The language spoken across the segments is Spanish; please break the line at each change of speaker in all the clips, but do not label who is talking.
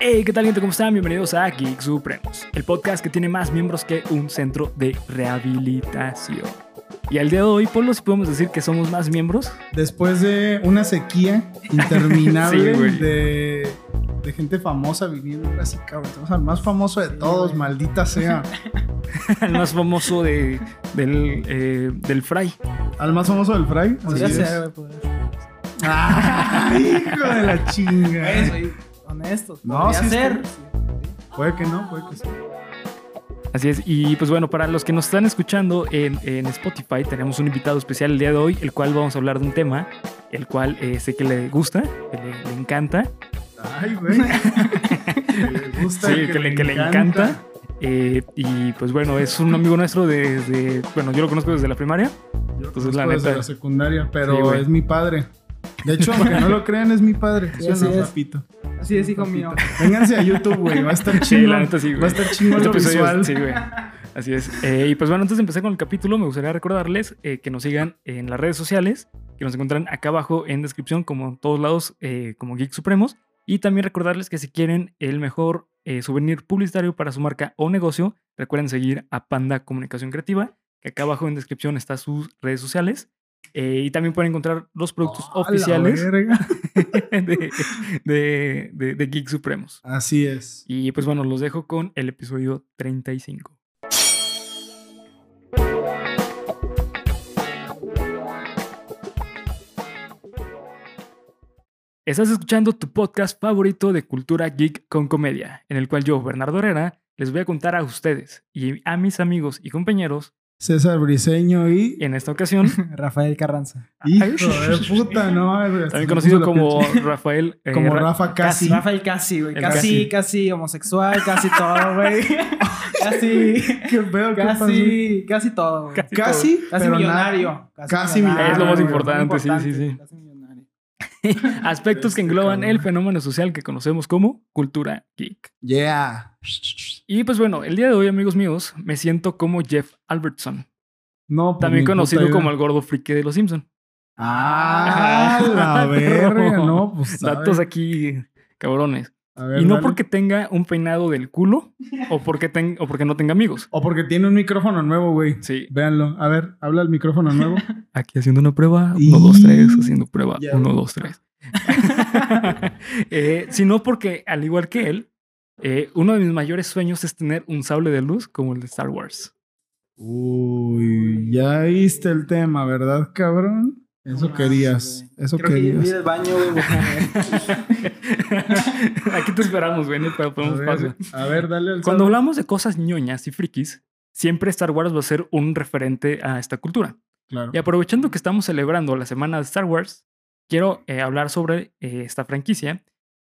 Hey, ¿qué tal gente? ¿Cómo están? Bienvenidos a Geek Supremos, el podcast que tiene más miembros que un centro de rehabilitación. Y al día de hoy, Polo, si podemos decir que somos más miembros.
Después de una sequía interminable
Sí, güey.
de, de gente famosa viniendo, ahora sí, cabrón, tenemos al más famoso de todos,
güey.
maldita sea.
El más famoso de, del, eh, del Fry.
Al más famoso del Fry.
Podría
así es.
ser, güey, podría ser.
Ah, hijo de la chinga.
Güey, soy honesto.
No,
podría
sí es
ser.
que- Puede que no, puede que sí.
Así es. Y pues bueno, para los que nos están escuchando en, en Spotify, tenemos un invitado especial el día de hoy, el cual vamos a hablar de un tema, el cual eh, sé que le gusta, que le, le encanta,
Ay, güey. Que le gusta,
Sí, que le- que le encanta. Eh, y pues bueno, es un amigo nuestro desde, bueno, yo lo conozco desde la primaria. Entonces,
Entonces,
Pues la
la
neta-
la secundaria,
Sí,
pero
güey.
es mi padre. De hecho, aunque no lo crean, es mi padre.
Sí,
Suena,
así es.
papito.
Así es, hijo mío.
Vénganse a YouTube, güey. Va a estar
Sí,
chido.
la neta sí,
Va a
güey.
estar chingón
Este
lo
episodio-
visual.
sí, güey. Así es. Eh, y pues bueno, antes de empezar con el capítulo, me gustaría recordarles eh, que nos sigan en las redes sociales, que nos encuentran acá abajo en descripción, como en todos lados, eh, como Geek Supremos. Y también recordarles que si quieren el mejor eh, souvenir publicitario para su marca o negocio, recuerden seguir a Panda Comunicación Creativa, que acá abajo en descripción está sus redes sociales. Eh, y también pueden encontrar los productos
A la
oficiales
verga.
de, de, de- de Geek Supremos.
Así es.
Y pues bueno, los dejo con el episodio 35. Estás escuchando tu podcast favorito de cultura geek con comedia, en el cual yo, Bernardo Herrera, les voy a contar a ustedes y a mis amigos y compañeros,
César Briseño y.
en esta ocasión,
Rafael Carranza.
Hijo de puta, no.
también conocido como Rafael... eh,
Como
Ra-
Rafa Casi.
Rafael casi, güey.
El
Casi, casi, homosexual, casi todo, güey. casi,
¿Qué pedo? ¿Qué pasó?
casi, casi todo, güey.
Casi
Casi,
Casi
pero
millonario.
Casi
millonario, Es lo más
güey,
importante, sí, sí, sí.
Casi millonario.
Aspectos que
Este
engloban
cabrón.
el fenómeno social que conocemos como cultura geek.
Yeah.
Y pues bueno, el día de hoy, amigos míos, me siento como Jeff Albertson,
No, pues,
también
ni puta
conocido
idea.
como el gordo friki de los Simpson.
Ah, la verga, no, pues. sabe.
Datos aquí cabrones.
A ver,
Y no
dale.
porque tenga un peinado del culo o porque, ten- o porque no tenga amigos.
O porque tiene un micrófono nuevo, güey.
Sí,
Véanlo. A ver, habla el micrófono nuevo.
aquí haciendo una prueba,
Y-
1, 2, 3, haciendo prueba,
Ya.
1, 2, 3. Eh, Sino porque, al igual que él, eh, uno de mis mayores sueños es tener un sable de luz como el de Star Wars.
Uy, ya viste el tema, ¿verdad, cabrón? Eso
No
querías.
mames, güey.
Eso
Creo que vi
querías.
el baño, güey. güey.
Aquí te esperamos, güey, para
A
podemos
ver,
pasar.
a ver, dale al
Cuando
sable.
hablamos de cosas ñoñas y frikis, siempre Star Wars va a ser un referente a esta cultura.
Claro.
Y aprovechando que estamos celebrando la semana de Star Wars, quiero eh, hablar sobre eh, esta franquicia,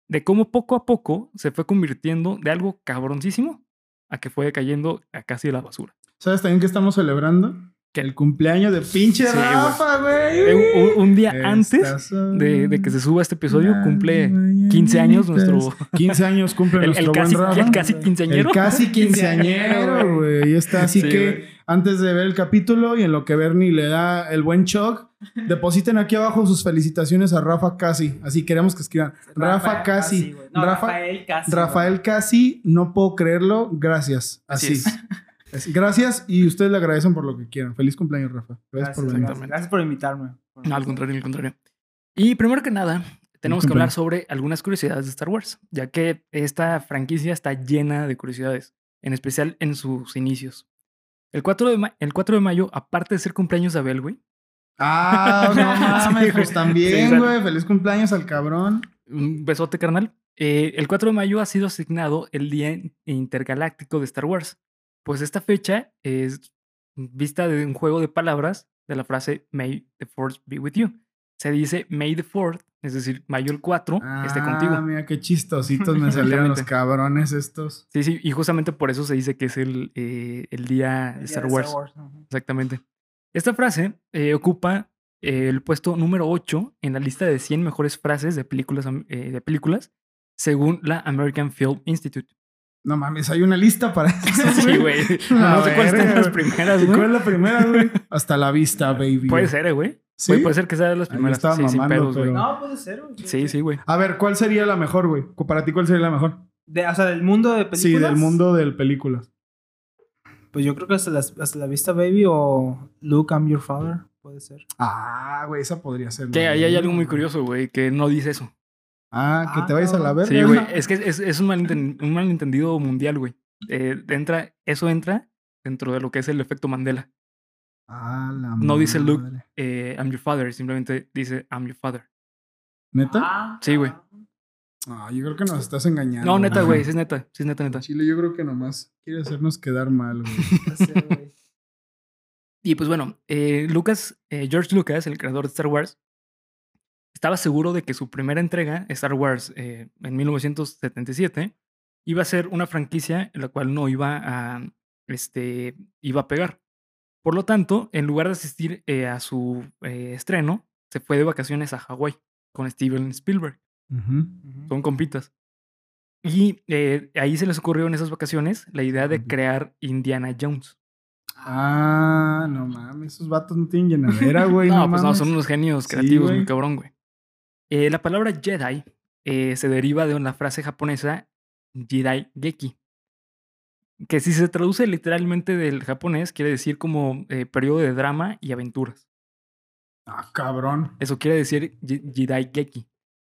de cómo poco a poco se fue convirtiendo de algo cabroncísimo a que fue cayendo a casi la basura.
¿Sabes también que estamos celebrando?
¿Qué?
El cumpleaños de pinche
Sí, güey.
Rafa, güey.
Eh, Un, un día antes
Estas son
de, de que se suba este episodio
las
cumple
mañanitas.
15 años nuestro...
15 años cumple
El, el
nuestro
casi,
buen Rafa.
el casi quinceañero.
El casi quinceañero, güey. Y está así
Sí,
que
güey.
antes de ver el capítulo y en lo que Bernie le da el buen shock, depositen aquí abajo sus felicitaciones a Rafa Casi. Así queremos que escriban. Rafa, Casi.
güey. No,
Rafa-
Rafael Casi. güey.
Rafael Casi, no puedo creerlo. Gracias.
Así
Así. Es- Gracias y ustedes le agradecen por lo que quieran. Feliz cumpleaños, Rafa. Gracias,
Gracias,
por venir.
gracias, gracias por invitarme. Por-
No, al contrario, al contrario. Y primero que nada, tenemos que hablar sobre algunas curiosidades de Star Wars, ya que esta franquicia está llena de curiosidades, en especial en sus inicios. El 4 de, ma- el 4 de mayo, aparte de ser cumpleaños de Abel, güey,
Ah, no mames,
Sí, güey.
pues también,
Sí, sale.
güey. Feliz cumpleaños al cabrón.
un besote carnal, eh, el 4 de mayo ha sido asignado el Día In- Intergaláctico de Star Wars, pues esta fecha es vista de un juego de palabras de la frase May the Force be with you. Se dice May the Fourth, es decir, mayo el 4 esté Este contigo.
Ah, mira qué chistositos me salieron los
Exactamente.
cabrones estos.
Sí, sí, y justamente por eso se dice que es el, eh, el día
el
de
día
Star
de
Wars.
ajá.
Exactamente. Esta frase eh, ocupa eh, el puesto número 8 en la lista de 100 mejores frases de películas, am- eh, de películas según la American Film Institute.
No mames, hay una lista para eso.
Sí, güey.
La
No sé cuáles
verga,
sean las
güey.
primeras,
¿Cuál
güey.
es la primera, güey? Hasta la vista, baby.
Puede ser, eh, güey.
¿Sí?
Güey, Puede ser que sean las
Ahí
primeras.
estaba
sí, sin
mamando,
pedos, güey.
pero-
No, puede ser. güey.
Sí, sí, güey.
A ver, ¿cuál sería la mejor, güey? Para ti, ¿cuál sería la mejor?
De- o sea, del mundo de películas.
Sí, del mundo del películas.
Pues yo creo que hasta, las- hasta la vista, baby, o Luke, I'm your father. Puede ser.
Ah, güey, esa podría ser.
Que
la
ahí hay
mejor.
algo muy curioso, güey, que no dice eso.
Ah, que te vayas a la
Ah,
verga.
Sí, güey. Es que es, es un, malinten- un malentendido mundial, güey. Eh, entra, eso entra dentro de lo que es el efecto Mandela.
Ah, la
No dice
madre.
Luke. Eh, I'm your father. Simplemente dice I'm your father.
¿Neta?
Sí, güey.
ah,
Ah, yo creo que nos estás engañando.
No, neta, güey. Sí, es neta. Sí, es neta, neta.
Chile, yo creo que nomás quiere hacernos quedar mal, güey.
Puede ser, güey.
Y pues bueno, eh, Lucas, eh, George Lucas, el creador de Star Wars, estaba seguro de que su primera entrega, Star Wars, eh, en 1977, iba a ser una franquicia en la cual no iba a, este, iba a pegar. Por lo tanto, en lugar de asistir eh, a su eh, estreno, se fue de vacaciones a Hawái con Steven Spielberg
Ujú.
son compitas. Y eh, ahí se les ocurrió en esas vacaciones la idea de
Ujú.
crear Indiana Jones.
Ah, no mames, esos vatos no tienen llenadera, güey.
no,
no,
pues no,
mames.
son unos genios
Sí,
creativos, muy
güey.
cabrón, güey. Eh, la palabra Jedi eh, se deriva de la frase japonesa Jedi Geki, que si se traduce literalmente del japonés, quiere decir como eh, periodo de drama y aventuras.
Ah, cabrón.
Eso quiere decir Ye- Jidai Geki.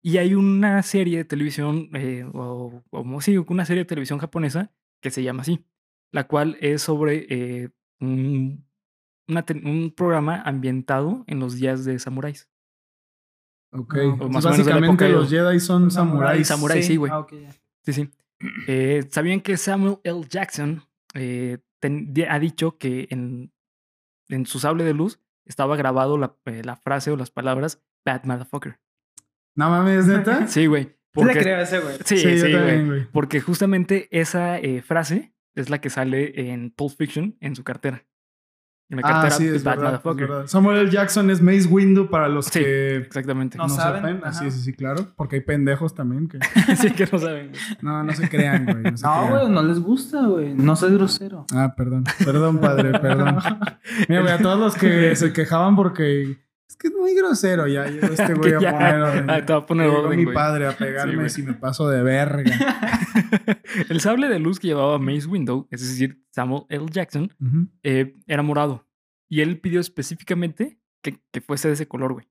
Y hay una serie de televisión, eh, o, como sí, una serie de televisión japonesa que se llama así, la cual es sobre eh, un, una te- un programa ambientado en los días de samuráis.
Ok.
No,
Entonces,
Pues más o menos de la época
básicamente
de-
los Jedi son
Samuráis,
samuráis.
samuráis. sí, güey.
Ah, ok, ya.
Sí, sí. Eh, ¿Sabían que Samuel L. Jackson eh, ten- di- ha dicho que en, en su sable de luz estaba grabado la, eh, la frase o las palabras Bad Motherfucker?
No mames, neta.
Sí, güey.
Sí le
porque-
creo a ese, güey.
Sí,
yo
sí, güey.
también, güey.
Porque justamente esa eh, frase es la que sale en Pulp Fiction en su cartera. En la
Ah,
cartera
sí,
de
es
Bad
verdad, es
Motherfucker.
verdad. Samuel L. Jackson es Mace Windu para los
Sí.
que
Exactamente.
No
no,
saben,
saben.
ajá.
Así es, sí, sí, claro. Porque hay pendejos también que...
sí, que no saben. güey.
No, no se crean, güey. No, se
No,
crean.
güey, no les gusta, güey. No seas grosero.
Ah, perdón. Perdón, padre, perdón. Mira, güey, a todos los que se quejaban porque... Es que es muy grosero ya. llegó este güey a
Ya.
poner...
Ah, te va a poner
Llegó
orden,
mi
güey.
padre a
Sí,
pegarme
güey.
si me paso de verga.
El sable de luz que llevaba Mace Window, es decir, Samuel L. Jackson,
Ujú.
eh, era morado. Y él pidió específicamente que, que fuese de ese color, güey.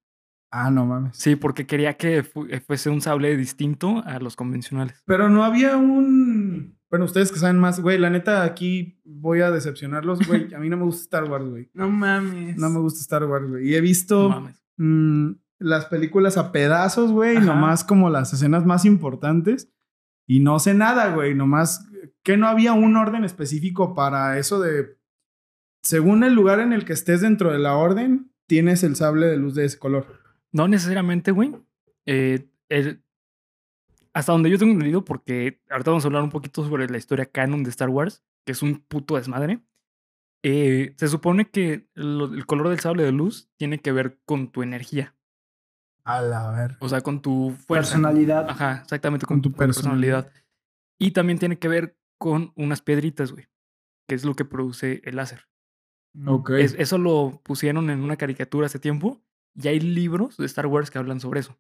Ah, no mames.
Sí, porque quería que fu- eh, fuese un sable distinto a los convencionales.
Pero no había un... Bueno, ustedes que saben más, güey, la neta aquí voy a decepcionarlos, güey. A mí no me gusta Star Wars, güey.
No mames.
No me gusta Star Wars, güey. Y he
No
visto
mames.
mm, las películas a pedazos, güey.
Ajá.
Nomás como las escenas más importantes. Y no sé nada, güey. Nomás que no había un orden específico para eso de... Según el lugar en el que estés dentro de la orden, tienes el sable de luz de ese color.
No necesariamente, güey. Eh, el- hasta donde yo tengo entendido, porque ahorita vamos a hablar un poquito sobre la historia canon de Star Wars, que es un puto desmadre. Eh, se supone que lo- el color del sable de luz tiene que ver con tu energía,
A la ver.
o sea, con tu fuerza. Ah,
Personalidad.
Ajá, exactamente,
Con
con,
tu
tu personalidad. Y también tiene que ver con unas piedritas, güey, que es lo que produce el láser.
Ok.
Es- eso lo pusieron en una caricatura hace tiempo y hay libros de Star Wars que hablan sobre eso.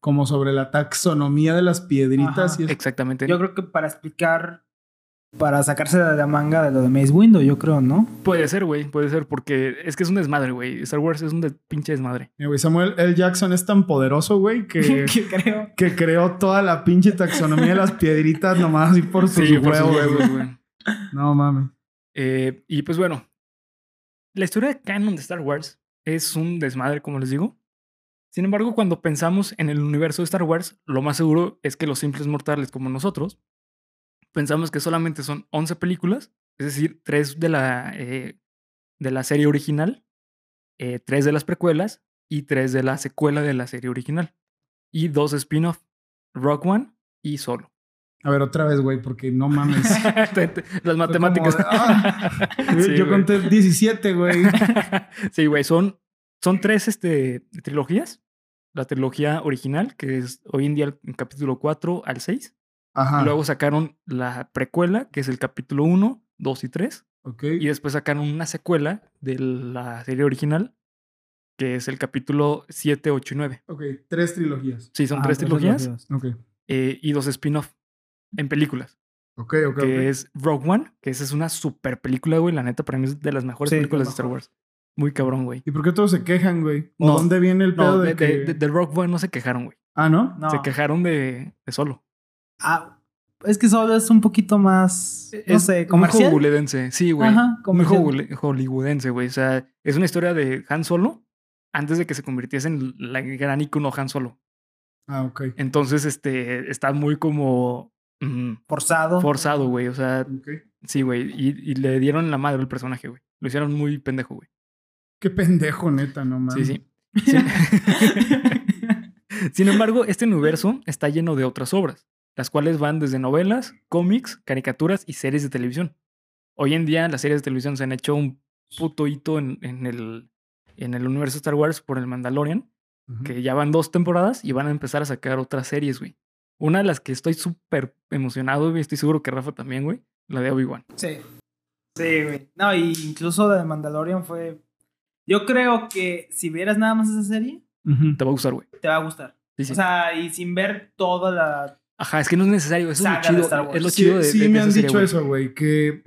Como sobre la taxonomía de las piedritas
Ajá.
y eso.
Exactamente.
Yo creo que para explicar, para sacarse de la manga de lo de Maze Window, yo creo, ¿no?
Puede ser, güey, puede ser, porque es que es un desmadre, güey. Star Wars es un de- pinche desmadre.
Mira, Eh, güey, Samuel L. Jackson es tan poderoso, güey, que...
Yo creo.
que creó toda la pinche taxonomía de las piedritas nomás así por sus
por sus
huevos.
huevos, Pues, güey.
No mames.
Eh, y pues bueno, la historia de canon de Star Wars es un desmadre, como les digo. Sin embargo, cuando pensamos en el universo de Star Wars, lo más seguro es que los simples mortales como nosotros pensamos que solamente son 11 películas, es decir, 3 de la, eh, de la serie original, 3 de las precuelas y 3 de la secuela de la serie original. Y dos spin-off, Rock One y Solo.
A ver, otra vez, güey, porque no mames. Fue
las matemáticas.
como de, ah. Yo-
Sí,
Yo
güey.
conté 17, güey.
sí, güey, son, son tres este, trilogías. La trilogía original, que es hoy en día el capítulo 4 al 6.
Ajá.
Y luego sacaron la precuela, que es el capítulo 1, 2 y 3.
ok.
Y después sacaron una secuela de la serie original, que es el capítulo 7, 8 y 9.
Ok, tres trilogías.
Sí, son
Ah,
tres trilogías
Ok,
eh, y dos spin-off en películas.
ok, ok.
que
ok.
es Rogue One, que esa es una super película, güey. La neta, para mí es de las mejores
Sí,
películas de
la
Star
mejor.
Wars. Muy cabrón, güey.
¿Y por qué todos se quejan, güey? ¿O
No,
dónde viene el pedo
No,
de,
de,
que...
de, de- de Rogue One no se quejaron, güey.
Ah, ¿no?
No.
Se quejaron de, de solo.
Ah, es que solo es un poquito más, no
Es
sé,
Muy
comercial.
hollywoodense, sí, güey.
Ajá,
Muy
comercial.
hollywood- hollywoodense, güey. O sea, es una historia de Han Solo antes de que se convirtiese en la gran icono Han Solo.
Ah, ok.
Entonces, este, está muy como mm,
Forzado.
forzado, güey. O sea,
Ok.
sí, güey. Y, y le dieron la madre al personaje, güey. Lo hicieron muy pendejo, güey.
Qué pendejo, neta, no mames.
Sí, sí. Sin embargo, este universo está lleno de otras obras, las cuales van desde novelas, cómics, caricaturas y series de televisión. Hoy en día las series de televisión se han hecho un puto hito en, en el, en el universo Star Wars por el Mandalorian,
Ujú.
que ya van dos temporadas y van a empezar a sacar otras series, güey. Una de las que estoy súper emocionado, güey, estoy seguro que Rafa también, güey, la de Obi-Wan.
Sí. Sí, güey. No, y incluso la de Mandalorian fue. Yo creo que si vieras nada más esa serie,
Ujú.
Te va a gustar, güey.
te va a gustar.
Sí, sí.
O sea, y sin ver toda la.
Ajá, es que no es necesario, eso
saga de
es lo
Star
chido,
Wars.
es lo
sí,
chido de,
sí
de- de
me
esa
han
serie,
dicho
güey.
eso, güey, que...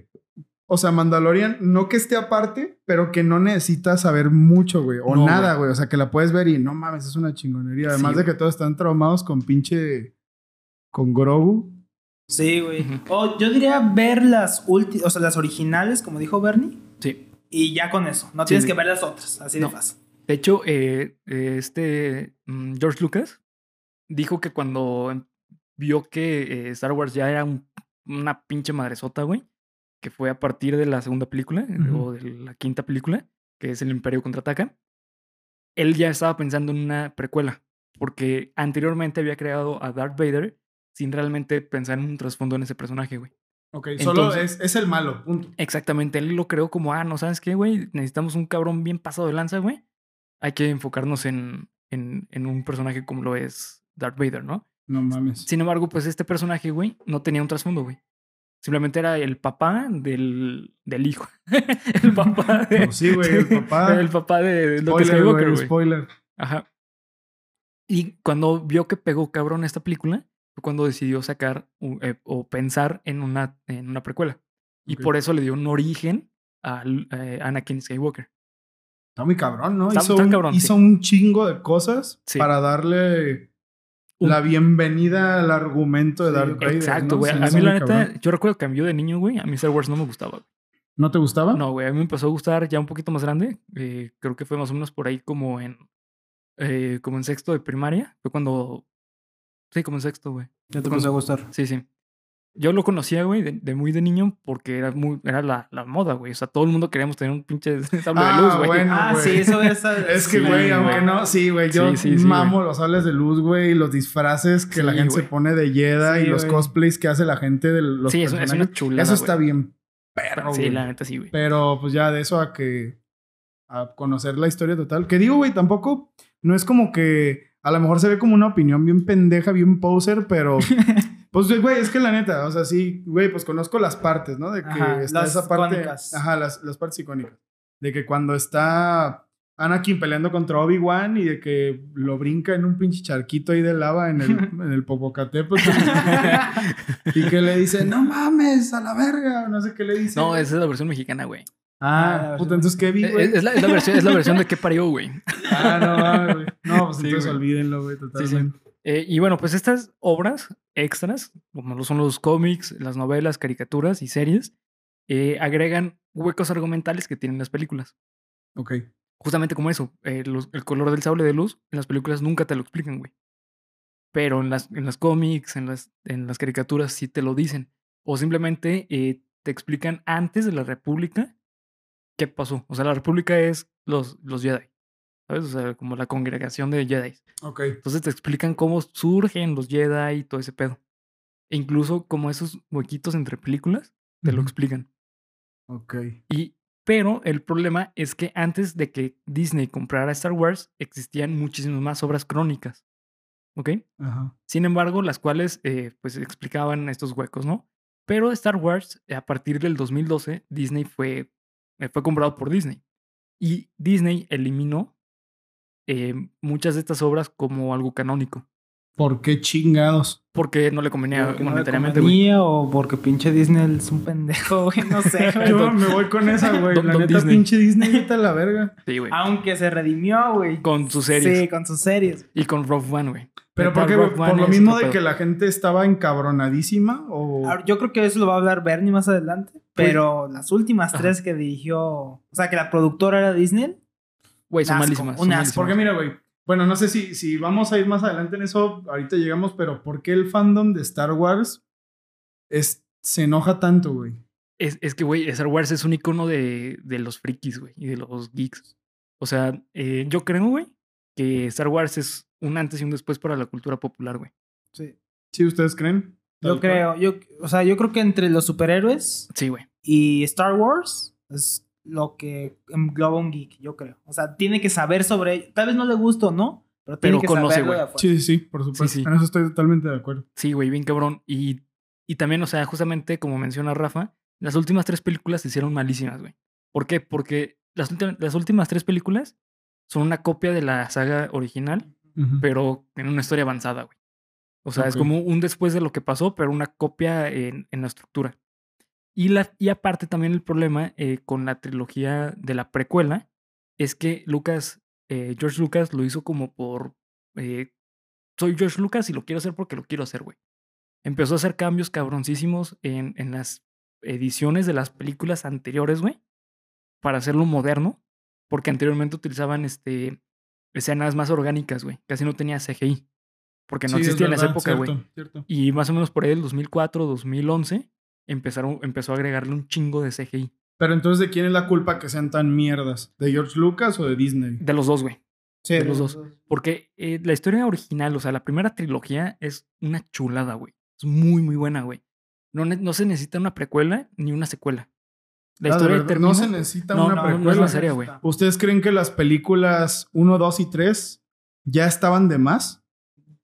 O sea, Mandalorian, no que esté aparte, pero que no necesitas saber mucho, güey. O
No,
nada,
güey.
güey. O sea, que la puedes ver y no mames, es una chingonería.
Sí,
Además de
güey.
que todos están traumados con pinche... Con Grogu.
Sí, güey.
Ujú.
O yo diría ver las últimas, o sea, las originales, como dijo Bernie,
Sí.
y ya con eso. No
Sí,
tienes
sí.
que ver las otras, así
No.
de fácil.
De hecho, eh, eh, este mm, George Lucas dijo que cuando em- vio que eh, Star Wars ya era un- una pinche madresota, güey, que fue a partir de la segunda película eh,
Ujú.
o de la quinta película, que es El Imperio contraataca, él ya estaba pensando en una precuela, porque anteriormente había creado a Darth Vader sin realmente pensar en un trasfondo en ese personaje, güey.
Ok,
solo
solo es, el malo, punto.
Exactamente, él lo creó como, ah, no sabes qué, güey, necesitamos un cabrón bien pasado de lanza, güey. Hay que enfocarnos en, en, en un personaje como lo es Darth Vader, ¿no?
No mames.
Sin embargo, pues este personaje, güey, no tenía un trasfondo, güey. Simplemente era el papá del, del hijo. el papá de,
Pues sí, güey, el papá.
el papá de Luke
Spoiler, güey,
Skywalker, güey.
spoiler.
Ajá. Y cuando vio que pegó cabrón esta película, fue cuando decidió sacar u- eh, o pensar en una, en una precuela. Y
Ok.
por eso le dio un origen a Anakin Skywalker.
Está muy cabrón, ¿no?
Está-
hizo
está
un,
cabrón,
hizo
sí.
un chingo de cosas
Sí.
para darle
Un-
la bienvenida al argumento de
Sí,
Darth Vader.
Exacto,
¿no?
güey.
Se me
a
hizo
mí la
muy
neta,
cabrón.
yo recuerdo que a mí de niño, güey, a mí Star Wars no me gustaba.
¿No te gustaba?
No, güey, a mí me empezó a gustar ya un poquito más grande. eh, creo que fue más o menos por ahí como en... eh, como en sexto de primaria. Fue cuando... Sí, como en sexto, güey.
Ya
te empezó
a gustar.
Sí, sí. Yo lo conocía, güey, de, de muy de niño porque era muy era la, la moda, güey. O sea, todo el mundo queríamos tener un pinche sable
Ah,
de luz, güey.
bueno.
Ah,
güey.
sí, eso es.
Es
Sí,
que, güey,
güey.
aunque no, sí, güey, yo
Sí, sí, sí,
mamo los sables de luz, güey, y los disfraces que la
Sí,
gente se
güey.
pone de Jedi y
Sí,
los
güey.
cosplays que hace la gente de los
Sí, es, es
personajes.
una chulada.
Eso está
güey.
bien perro,
Sí,
güey.
la neta sí, güey.
Pero pues ya de eso a que a conocer la historia total. Que digo, güey, tampoco no es como que a lo mejor se ve como una opinión bien pendeja, bien poser, pero pues güey, es que la neta, o sea, sí, güey, pues conozco las partes, ¿no? De que
Ajá,
está
las
esa parte,
icónicas.
ajá, las, las partes icónicas. De que cuando está Anakin peleando contra Obi-Wan y de que lo brinca en un pinche charquito ahí de lava en el, en el Popocatépetl. y que le dice, "No mames, a la verga", no sé qué le dice.
No, esa es la versión mexicana, güey.
Ah, la
Ah, puta,
versión
entonces qué vi,
Eh,
güey.
Es, la, es la versión, es la versión de qué parió, güey.
Ah, no, mames, güey. No, pues
Sí,
entonces
güey.
olvídenlo, güey, totalmente.
Eh, y bueno, pues estas obras extras, como lo son los cómics, las novelas, caricaturas y series, eh, agregan huecos argumentales que tienen las películas.
Ok.
justamente como eso, eh, los- el color del sable de luz en las películas nunca te lo explican, güey. Pero en las, en las cómics, en las, en las caricaturas sí te lo dicen. O simplemente eh, te explican antes de la República qué pasó. O sea, la República es los, los Jedi, ¿sabes? O sea, como la congregación de Jedi.
Ok.
Entonces te explican cómo surgen los Jedi y todo ese pedo. E incluso como esos huequitos entre películas, te lo
Ujú.
explican.
Ok.
Y, pero el problema es que antes de que Disney comprara Star Wars, existían muchísimas más obras crónicas. ¿ok?
Ajá.
Sin embargo, las cuales eh, pues explicaban estos huecos, ¿no? Pero Star Wars, eh, a partir del 2012, Disney fue, eh, fue comprado por Disney. Y Disney eliminó eh, muchas de estas obras como algo canónico.
¿Por qué chingados?
porque no le convenía
Porque no le
monetariamente, güey.
convenía o porque pinche Disney es un pendejo, güey. No sé, güey.
Yo me voy con esa, güey.
Don-
La
Don
neta,
Disney.
pinche Disney, vete a la verga.
Sí, güey.
Aunque se redimió, güey.
Con sus series.
Sí, con sus series.
Y con Rogue One, güey.
Pero
Neta,
¿por qué,
Rogue
güey?
One
¿Por lo
es
mismo
otro
de que
pedo.
la gente estaba encabronadísima? ¿O
Ahora, Yo creo que eso lo va a hablar Bernie más adelante.
Pues,
Pero las últimas tres que dirigió, o sea, que la productora era Disney.
Güey, son
un asco,
malísimas.
un
son
asco,
malísimas.
Porque mira, güey. Bueno, no sé si, si vamos a ir más adelante en eso. Ahorita llegamos, pero ¿por qué el fandom de Star Wars es, se enoja tanto, güey?
Es, es que, güey, Star Wars es un icono de, de los frikis, güey, y de los geeks. O sea, eh, yo creo, güey, que Star Wars es un antes y un después para la cultura popular, güey.
Sí.
¿Sí ustedes creen?
Yo
Tal cual.
creo, yo, o sea, yo creo que entre los superhéroes
Sí, güey.
y Star Wars es lo que engloba un geek, yo creo. O sea, tiene que saber sobre ello. Tal vez no le guste o no, pero tiene
Pero
que
conoce,
saberlo
güey.
de afuera.
Sí, sí, sí, por supuesto.
sí.
En eso estoy totalmente de acuerdo.
Sí, güey, bien cabrón. Y, y también, o sea, justamente como menciona Rafa, las últimas tres películas se hicieron malísimas, güey. ¿Por qué? Porque las, ulti- las últimas tres películas son una copia de la saga original,
Ujú.
pero en una historia avanzada, güey. O sea, es
Ok.
como un después de lo que pasó, pero una copia en, en la estructura. Y, la, y aparte también el problema eh, con la trilogía de la precuela es que Lucas, eh, George Lucas lo hizo como por, eh, soy George Lucas y lo quiero hacer porque lo quiero hacer, güey. Empezó a hacer cambios cabroncísimos en, en las ediciones de las películas anteriores, güey, para hacerlo moderno, porque anteriormente utilizaban este, escenas más orgánicas, güey. Casi no tenía CGI, porque no
Sí, es
existía en esa
verdad,
época, güey.
cierto, cierto.
Y más o menos por ahí del 2004, 2011, empezaron, empezó a agregarle un chingo de CGI.
Pero entonces, ¿de quién es la culpa que sean tan mierdas? ¿De George Lucas o de Disney?
De los dos, güey.
Sí,
de los dos. Porque eh, la historia original, o sea, la primera trilogía es una chulada, güey. Es muy, muy buena, güey. No, ne- no se necesita una precuela ni una secuela. La
Ah, de
historia
verdad,
termina...
No se necesita
No,
una
no, no es
precuela.
necesaria, güey.
¿Ustedes creen que las películas 1, 2 y 3 ya estaban de más?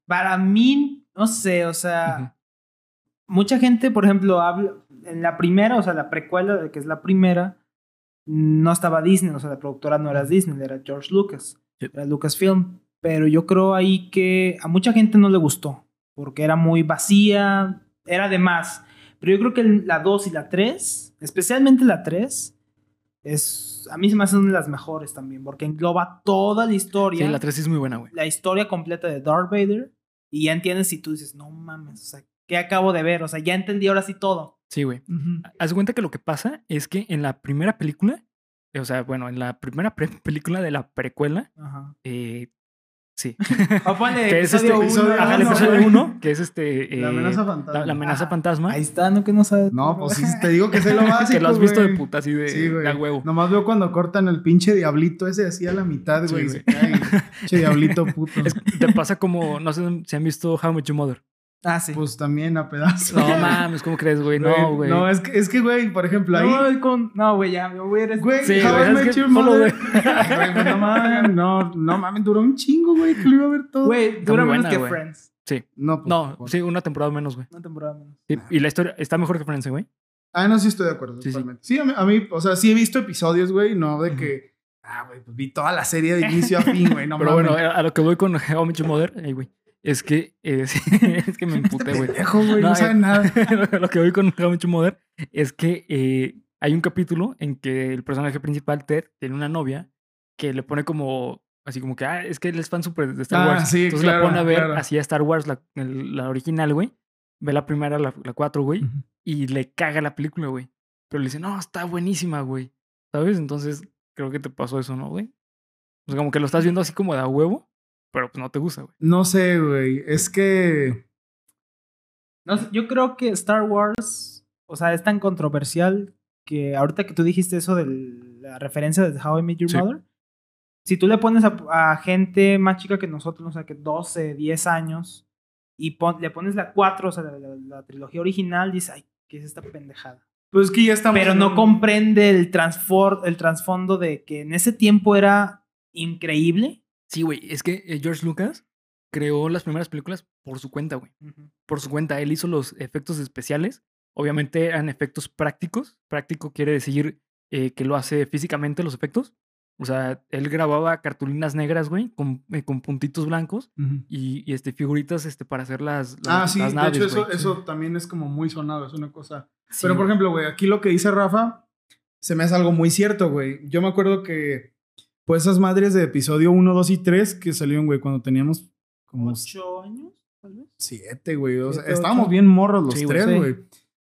Para mí, no sé, o sea,
Ujú.
mucha gente, por ejemplo, habla en la primera, o sea, la precuela, de que es la primera, no estaba Disney, o sea, la productora no era Disney, era George Lucas,
Sí.
era Lucasfilm. Pero yo creo ahí que a mucha gente no le gustó, porque era muy vacía, era de más. Pero yo creo que el- la 2 y la 3, especialmente la 3, es, a mí se me hace una de las mejores también, porque engloba toda la historia
Sí, la 3 es muy buena, güey.
la historia completa de Darth Vader y ya entiendes si tú dices, no mames, o sea, ¿qué acabo de ver? O sea, ya entendí ahora sí todo.
Sí, güey. Haz de cuenta que lo que pasa es que en la primera película, eh, o sea, bueno, en la primera pre- película de la precuela,
Ajá.
eh, sí,
O ponle
que es este
episodio uno,
episodio-
Ajá, el
uno,
episodio
güey.
1, que es este...
La
eh,
amenaza fantasma.
la- la amenaza
Ah,
fantasma.
Ahí está, no que no sabes.
No, pues sí, te digo que sé lo básico,
que lo has visto de
güey.
puta, así de,
Sí, güey.
de a huevo.
Nomás veo cuando cortan el pinche diablito ese así a la mitad,
Sí,
güey. y
güey.
se cae. Pinche diablito puto.
Es- te pasa como, no sé si han visto How I Met Your Mother.
Ah, sí.
Pues también a pedazos.
No mames, ¿cómo crees, güey? No, güey.
No, eh, es que, es que, güey, por ejemplo, ahí...
no, con- no, güey, ya, yo voy a ir a-
Güey,
Sí,
How
güey,
I
es
Met
que
Your
solo,
Mother.
güey.
Güey, pues, no mames, no, no mames, duró un chingo, güey, que lo iba a ver todo.
Güey, dura
muy
menos
buena,
que
güey.
Friends.
No, pues,
No,
por-
sí, una temporada menos, güey.
Una temporada menos.
Sí, y la historia está mejor que Friends, güey.
Ah, no, sí estoy de acuerdo.
Sí, sí.
totalmente. Sí, a, mí, a mí, o sea, sí he visto episodios, güey, no de
Ujú.
que, ah, güey, pues vi toda la serie de inicio a fin, güey, no
Pero
mames.
bueno, a lo que voy con How I Met Your Mother, ay, güey, es que, eh, sí, es que me emputé, güey.
pendejo, güey, no,
No,
saben
eh.
nada.
A lo que voy con How I Met Your Mother es que eh, hay un capítulo en que el personaje principal, Ted, tiene una novia que le pone como, así como que, ah, es que él es fan súper de Star
Ah,
Wars.
sí,
Entonces la
claro,
pone a ver
claro.
así a Star Wars, la, el- la original, güey. Ve la primera, la, la cuatro, güey. y le caga la película, güey. Pero le dice, no, está buenísima, güey. ¿Sabes? Entonces, creo que te pasó eso, ¿no, güey? O sea, como que lo estás viendo así como de a huevo, pero pues no te gusta, güey.
No sé, güey, es que...
No sé, yo creo que Star Wars, o sea, es tan controversial que ahorita que tú dijiste eso de la referencia de How I Met Your
Sí.
Mother, si tú le pones a, a gente más chica que nosotros, o sea, que 12, 10 años, y pon- le pones la 4, o sea, la, la- la trilogía original, dice, ay, ¿qué es esta pendejada?
Pues que ya estamos...
Pero
en
no
un-
comprende el, transfor- el trasfondo de que en ese tiempo era increíble.
Sí, güey, es que eh, George Lucas creó las primeras películas por su cuenta, güey.
Ujú.
Por su cuenta, él hizo los efectos especiales. Obviamente eran efectos prácticos. Práctico quiere decir eh, que lo hace físicamente los efectos. O sea, él grababa cartulinas negras, güey, con, eh, con puntitos blancos
Ujú.
y, y, este, figuritas este, para hacer las, las,
Ah, sí,
las
de
naves,
hecho eso,
güey.
eso también es como muy sonado, es una cosa.
Sí,
Pero por
güey.
ejemplo, güey, aquí lo que dice Rafa se me hace algo muy cierto, güey. Yo me acuerdo que pues esas madres de episodio 1, 2 y 3 que salieron, güey, cuando teníamos como
¿Ocho años? Tal vez.
Siete, güey. O sea,
Siete,
estábamos
ocho.
bien morros los
Sí, güey.
tres,
Sí.
güey.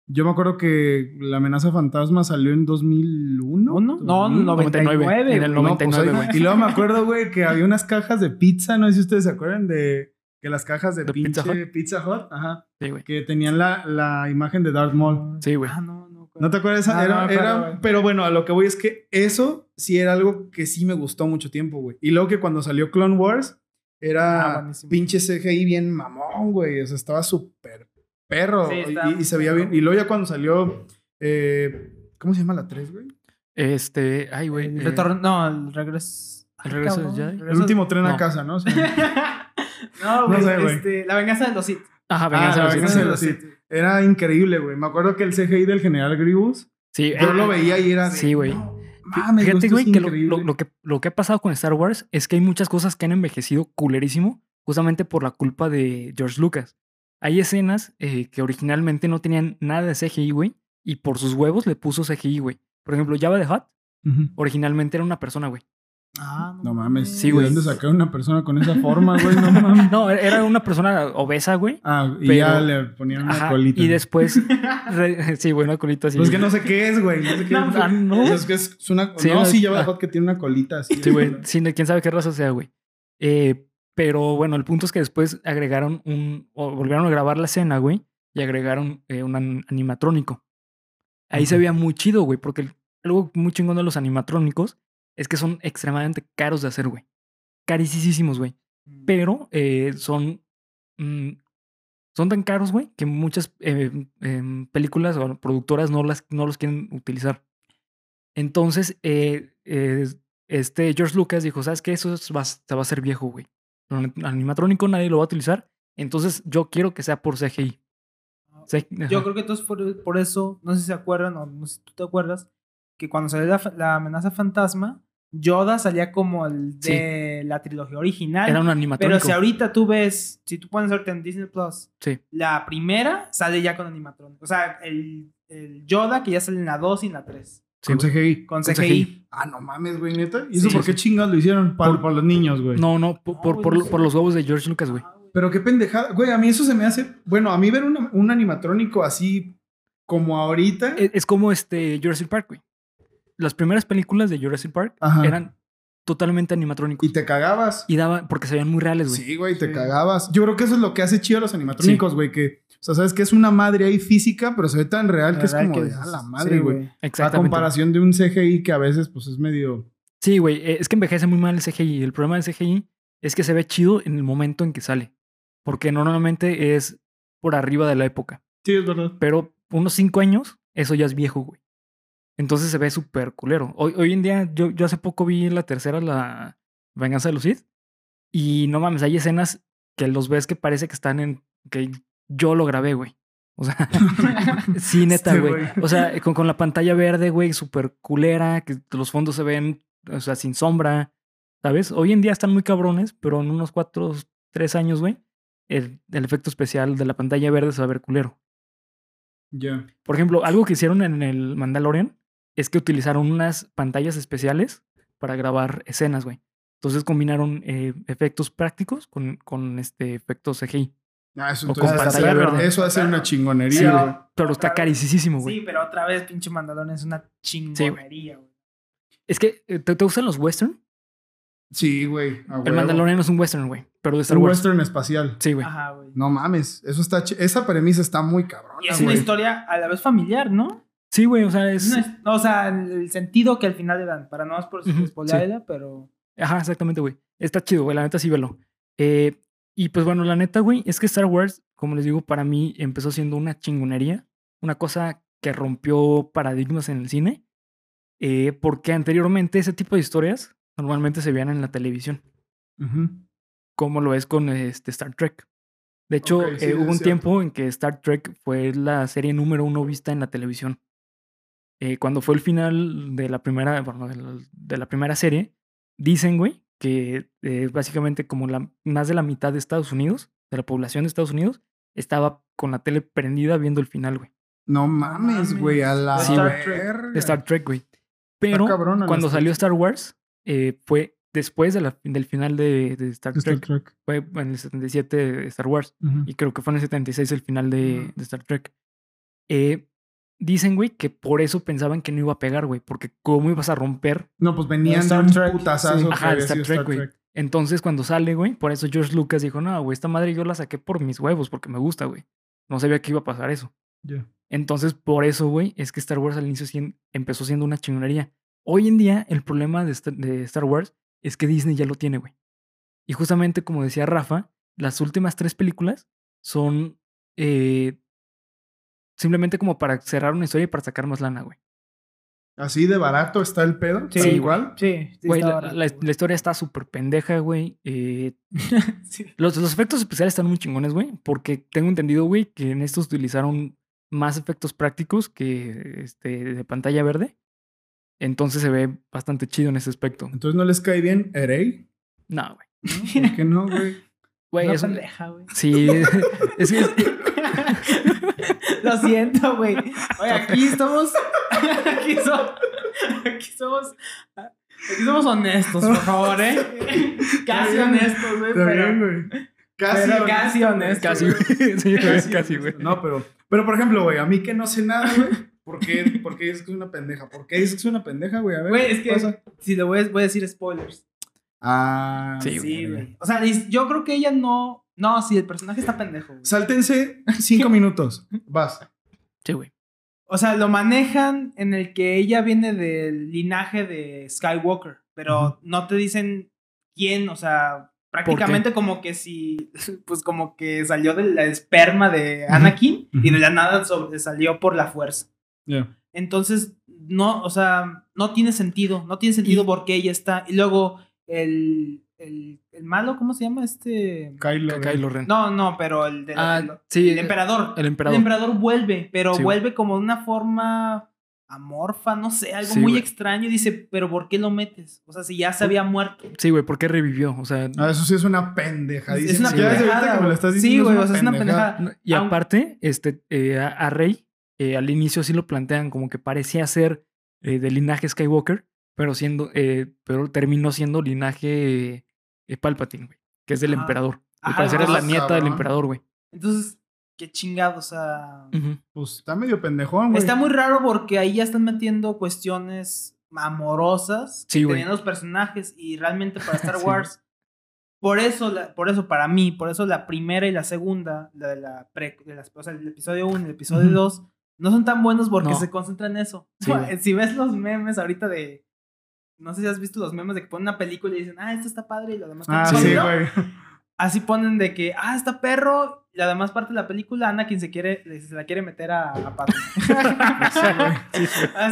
Yo me acuerdo que La amenaza fantasma salió en 2001.
¿Uno? No,
2000.
99.
99, en el
No, pues,
99,
ahí-
güey.
y luego me acuerdo, güey, que había unas cajas de pizza. No sé si ustedes se acuerdan de que las cajas de,
¿De
pinche
Pizza
Pizza Hut? ajá,
Sí, güey.
que tenían la, la imagen de Darth Maul.
Sí, güey.
Ah, no, no.
¿No te acuerdas?
Ah,
Era-
no me acuerdo,
era-
güey.
pero bueno, a lo que voy es que eso sí era algo que sí me gustó mucho tiempo, güey. Y luego que cuando salió Clone Wars,
Ah,
era
buenísimo.
pinche CGI bien mamón, güey. O sea, estaba súper perro.
Sí,
y-
estaba
y,
muy
se veía
perro.
bien. Y luego ya cuando salió. eh, ¿Cómo se llama la 3, güey?
Este, ay, güey.
El
eh,
retorno, no, el regreso.
El regreso de Jedi.
El último tren a
no.
casa, ¿no? Sí.
no, güey,
sé, güey.
este, la venganza de los Sith.
Ajá,
Ah,
venganza de
la
los Sith.
venganza de los Sith. Era increíble, güey. Me acuerdo que el CGI del general Grievous,
Sí,
yo
eh,
lo veía y era de,
sí, güey.
"No mames,
Fíjate,
esto es
güey, que lo,
increíble".
lo- lo que lo que ha pasado con Star Wars es que hay muchas cosas que han envejecido culerísimo justamente por la culpa de George Lucas. Hay escenas eh, que originalmente no tenían nada de CGI, güey, y por sus huevos le puso CGI, güey. Por ejemplo, Java de Hutt
Ujú.
originalmente era una persona, güey.
Ah,
No mames.
Sí,
¿y
güey.
¿De dónde sacaron una persona con esa forma, güey? No mames.
No, era una persona obesa, güey.
Ah, y
Pero-
ya le ponían una
Ajá,
colita.
y después... re- sí, bueno, colita así.
Pues que no sé qué es, güey. No sé qué
No,
es.
ah,
no.
Es que es una.
Sí,
no,
es-
sí, lleva
ah.
Hot que tiene una colita así.
Sí, güey. sí, no- quién sabe qué raza sea, güey. Eh, pero bueno, el punto es que después agregaron un. o volvieron a grabar la escena, güey. Y agregaron eh, un an- animatrónico. Ahí se
Ujú.
veía muy chido, güey. Porque el- algo muy chingón de los animatrónicos es que son extremadamente caros de hacer, güey. Carísimos, güey. Pero eh, son. mm, son tan caros, güey, que muchas eh, em, películas o productoras no, las, no los quieren utilizar. Entonces, eh, eh, este George Lucas dijo, ¿sabes qué? Eso es- va, a- se va a ser viejo, güey. Lo ani- Animatrónico nadie lo va a utilizar. Entonces, yo quiero que sea por CGI. Sí,
Ah, Yo
ajá.
creo que entonces por, por eso, no sé si se acuerdan o no sé si tú te acuerdas, que cuando salió la, fa- la amenaza fantasma, Yoda salía como el de la trilogía original.
Era un animatrónico.
pero si ahorita tú ves, si tú pones ahorita en Disney Plus,
Sí.
la primera sale ya con animatrónico. O sea, el, el Yoda que ya sale en la 2 y en la 3.
Sí, güey.
CGI.
Con
Con
CGI.
CGI.
Ah, no mames, güey, neta. ¿Y eso
Sí,
por qué
sí.
chingados lo hicieron? Para,
Por-
para los niños, güey.
No, no,
No,
por, por,
güey,
por
no
lo-
sé.
por los huevos de George Lucas, güey.
Ah, güey.
Pero qué pendejada. Güey, a mí eso se me hace. Bueno, a mí ver una- un animatrónico así como ahorita.
Es, es como este Jurassic Park, güey. Las primeras películas de Jurassic Park
Ajá.
eran totalmente animatrónicos.
y te cagabas.
Y daban, porque se veían muy reales, güey.
Sí, güey, te
Sí.
cagabas. Yo creo que eso es lo que hace chido a los animatrónicos, güey. Que, o sea, sabes que es una madre ahí física, pero se ve tan real que es
verdad
como de,
es-
a la
sí,
madre, güey. a
Exactamente.
comparación de un CGI que a veces, pues, es medio.
Sí, güey, eh, es que envejece muy mal el CGI. El problema del CGI es que se ve chido en el momento en que sale. Porque normalmente es por arriba de la época.
Sí, es verdad.
Pero unos cinco años, eso ya es viejo, güey. Entonces se ve súper culero. Hoy, hoy en día, yo, yo hace poco vi la tercera, la Venganza de Lucid. Y no mames, hay escenas que los ves que parece que están en. que yo lo grabé, güey. O sea, sí, neta,
Este
güey.
güey.
O sea, con, con la pantalla verde, güey, súper culera, que los fondos se ven, o sea, sin sombra, ¿sabes? Hoy en día están muy cabrones, pero en unos cuatro, tres años, güey, el, el efecto especial de la pantalla verde se va a ver culero.
Ya.
Por ejemplo, algo que hicieron en el Mandalorian es que utilizaron unas pantallas especiales para grabar escenas, güey. Entonces combinaron eh, efectos prácticos con, con este efectos CGI.
Ah, eso
O
entonces
con
hace-
pantalla
pero
verde.
Eso hace una chingonería,
Sí,
güey.
güey. Pero está carísimo, güey.
Sí, pero otra vez, pinche Mandalón es una chingonería, güey.
Es que, eh, ¿te, te gustan los western?
Sí, güey. a
El
huevo.
Mandalorian es un western, güey. Pero de Star
Un
Wars.
western espacial.
Sí, güey.
Ajá, güey.
No mames. Eso está. chi- Esa premisa está muy cabrona,
y es una
güey.
historia a la vez familiar, ¿no?
Sí, güey, o sea,
Es
es...
una his- o sea, el el sentido que al final le dan, para no más por
Ujú,
spoilerla, pero
Ajá, exactamente, güey. Está chido, güey. La neta sí velo. Eh, y pues bueno, la neta, güey, es que Star Wars, como les digo, para mí empezó siendo una chingonería. Una cosa que rompió paradigmas en el cine. eh, porque anteriormente ese tipo de historias normalmente se veían en la televisión.
Ujú.
como lo es con este Star Trek. De hecho,
Ok, sí,
eh,
es
hubo un
cierto.
tiempo en que Star Trek fue la serie número uno vista en la televisión. Eh, cuando fue el final de la primera, bueno, de la, de la primera serie, dicen, güey, que eh, básicamente como la, más de la mitad de Estados Unidos, de la población de Estados Unidos, estaba con la tele prendida viendo el final, güey.
No mames, güey, a la
Sí,
güey.
verga.
de Star Trek, güey. Pero
cabrón, Ana,
cuando
Star
salió Star Wars, eh, fue después de la- del final de, de Star,
Star
Trek. Fue en el 77 Star Wars.
Ujú.
Y creo que fue en el 76 el final de,
Ujú.
de Star Trek. Eh, dicen, güey, que por eso pensaban que no iba a pegar, güey. Porque cómo ibas a romper.
No, pues venían de
Star
un
Trek, sí.
putazazo que
Ajá,
había
Star
sido
Trek, güey. Entonces, cuando sale, güey, por eso George Lucas dijo, no, güey, esta madre yo la saqué por mis huevos, porque me gusta, güey. No sabía que iba a pasar eso.
Ya.
Entonces, por eso, güey, es que Star Wars al inicio sien- empezó siendo una chingonería. Hoy en día, el problema de, Sta- de Star Wars es que Disney ya lo tiene, güey. Y justamente, como decía Rafa, las últimas tres películas son eh, simplemente como para cerrar una historia y para sacar más lana, güey.
Así de barato está el pedo.
Sí,
tal
güey.
igual.
Sí, sí,
Güey,
está
la,
barato,
la-
güey.
la historia está súper pendeja, güey. Eh,
Sí.
los, los efectos especiales están muy chingones, güey, porque tengo entendido, güey, que en estos utilizaron más efectos prácticos que este, de pantalla verde. Entonces se ve bastante chido en ese aspecto.
Entonces no les cae bien Erey.
No, güey.
¿No? ¿Por qué no, güey?
Güey,
Una
es un-
pendeja, güey.
Sí, es que es-
Lo siento, güey. Oye, aquí estamos. Aquí somos. Aquí somos. Aquí somos honestos, por favor, ¿eh? Casi
Está bien,
honestos, güey.
Está bien,
Pero,
güey.
pero
honesto,
casi
güey.
honesto,
casi, güey. Sí, güey,
Casi,
casi, güey.
honesto. No, pero, pero por ejemplo, güey, a mí que no sé nada, güey. ¿Por qué, ¿Por qué dices que es una pendeja? ¿Por qué dices que es una pendeja, güey? A ver.
Güey,
¿qué
es que-
pasa?
si lo voy a, voy a decir spoilers.
Ah,
Sí,
Sí, güey. O sea, es- yo creo que ella no. No, sí, el personaje está pendejo, güey.
Sáltense cinco minutos. Vas.
Sí, güey.
O sea, lo manejan en el que ella viene del linaje de Skywalker, pero
Ujú.
no te dicen quién, o sea, prácticamente como que si, pues como que salió de la esperma de
Ujú.
Anakin y
Ujú.
de la nada sobre- salió por la fuerza.
Ya.
Entonces, no, o sea, no tiene sentido, no tiene sentido
Y-
porque ella está. Y luego el, el, el malo, ¿cómo se llama este?
Kylo.
Ky-
güey.
Kylo Ren.
No, no, pero el de la-
Ah,
el-
sí,
el emperador.
El emperador.
El emperador vuelve, pero
Sí, güey.
vuelve como de una forma amorfa, no sé, algo
Sí,
muy
güey.
extraño. Y dice, pero ¿por qué lo metes? O sea, si ya se había muerto.
Sí, güey, ¿por qué revivió? O sea,
Ah, eso sí es una pendejadísima.
Es una
sí,
Ya desde ahorita que
pendejada,
me lo
güey.
estás
Sí,
diciendo,
güey, o sea, es una pendejada.
No, y
aun-
aparte, este, eh, a, a Rey, eh, al inicio sí lo plantean como que parecía ser eh, del linaje Skywalker, pero siendo, eh, pero terminó siendo linaje eh, Palpatine, güey, que es del
Ah.
emperador. Al
Ajá,
parecer es la
ah,
nieta del
cabrón.
emperador, güey.
Entonces, qué chingado, o sea.
Ujú.
Pues está medio pendejón, güey.
Está muy raro porque ahí ya están metiendo cuestiones amorosas
Sí,
que
güey.
tenían los personajes y realmente para Star
Sí.
Wars. Por eso, la- por eso para mí, por eso la primera y la segunda, la de la pre- de las- o sea, el episodio 1 y el episodio
Ujú.
2, no son tan buenos porque
No.
se concentran en eso.
Sí, güey.
si ves los memes ahorita de... No sé si has visto los memes de que ponen una película y dicen, ah, esto está padre y lo demás está
Ah,
padre",
sí,
¿no?
güey.
Así ponen de que, ah, está perro. La demás parte de la película, Anakin se quiere, se la quiere meter a, a Padme. Así,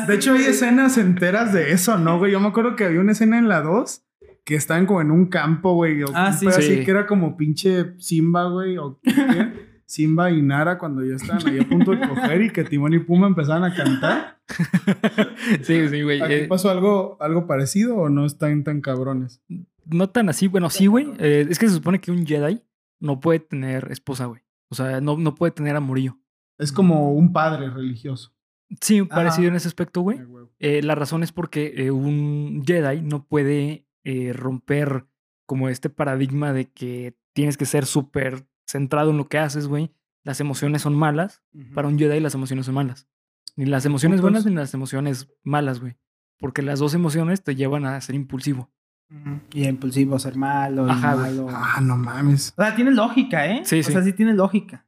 De hecho, hay
güey.
escenas enteras de eso, ¿no, güey? Yo me acuerdo que había una escena en la 2 que estaban como en un campo, güey. o
Ah,
un
sí.
pedo
Sí.
así que era como pinche Simba, güey. O qué. Simba y Nara cuando ya estaban ahí a punto de coger y que Timón y Puma empezaban a cantar.
Sí, sí, güey.
¿Aquí
eh,
pasó algo, algo parecido o no están tan cabrones?
no tan así, bueno, sí, güey. eh, es que se supone que un Jedi no puede tener esposa, güey. O sea, no, no puede tener amorío.
Es como un padre religioso.
Sí,
Ajá.
parecido en ese aspecto, güey.
Ah, güey.
Eh, la razón es porque eh, un Jedi no puede eh, romper como este paradigma de que tienes que ser súper centrado en lo que haces, güey. Las emociones son malas.
Ujú.
Para un Jedi las emociones son malas. Ni las emociones buenas
Puntos.
ni las emociones malas, güey. Porque las dos emociones te llevan a ser impulsivo.
Ujú. Y impulsivo, ser malo, y
Ajá, güey.
malo.
Ah, no mames.
O sea, tiene lógica, ¿eh?
Sí,
o
sí.
sea, sí tiene lógica.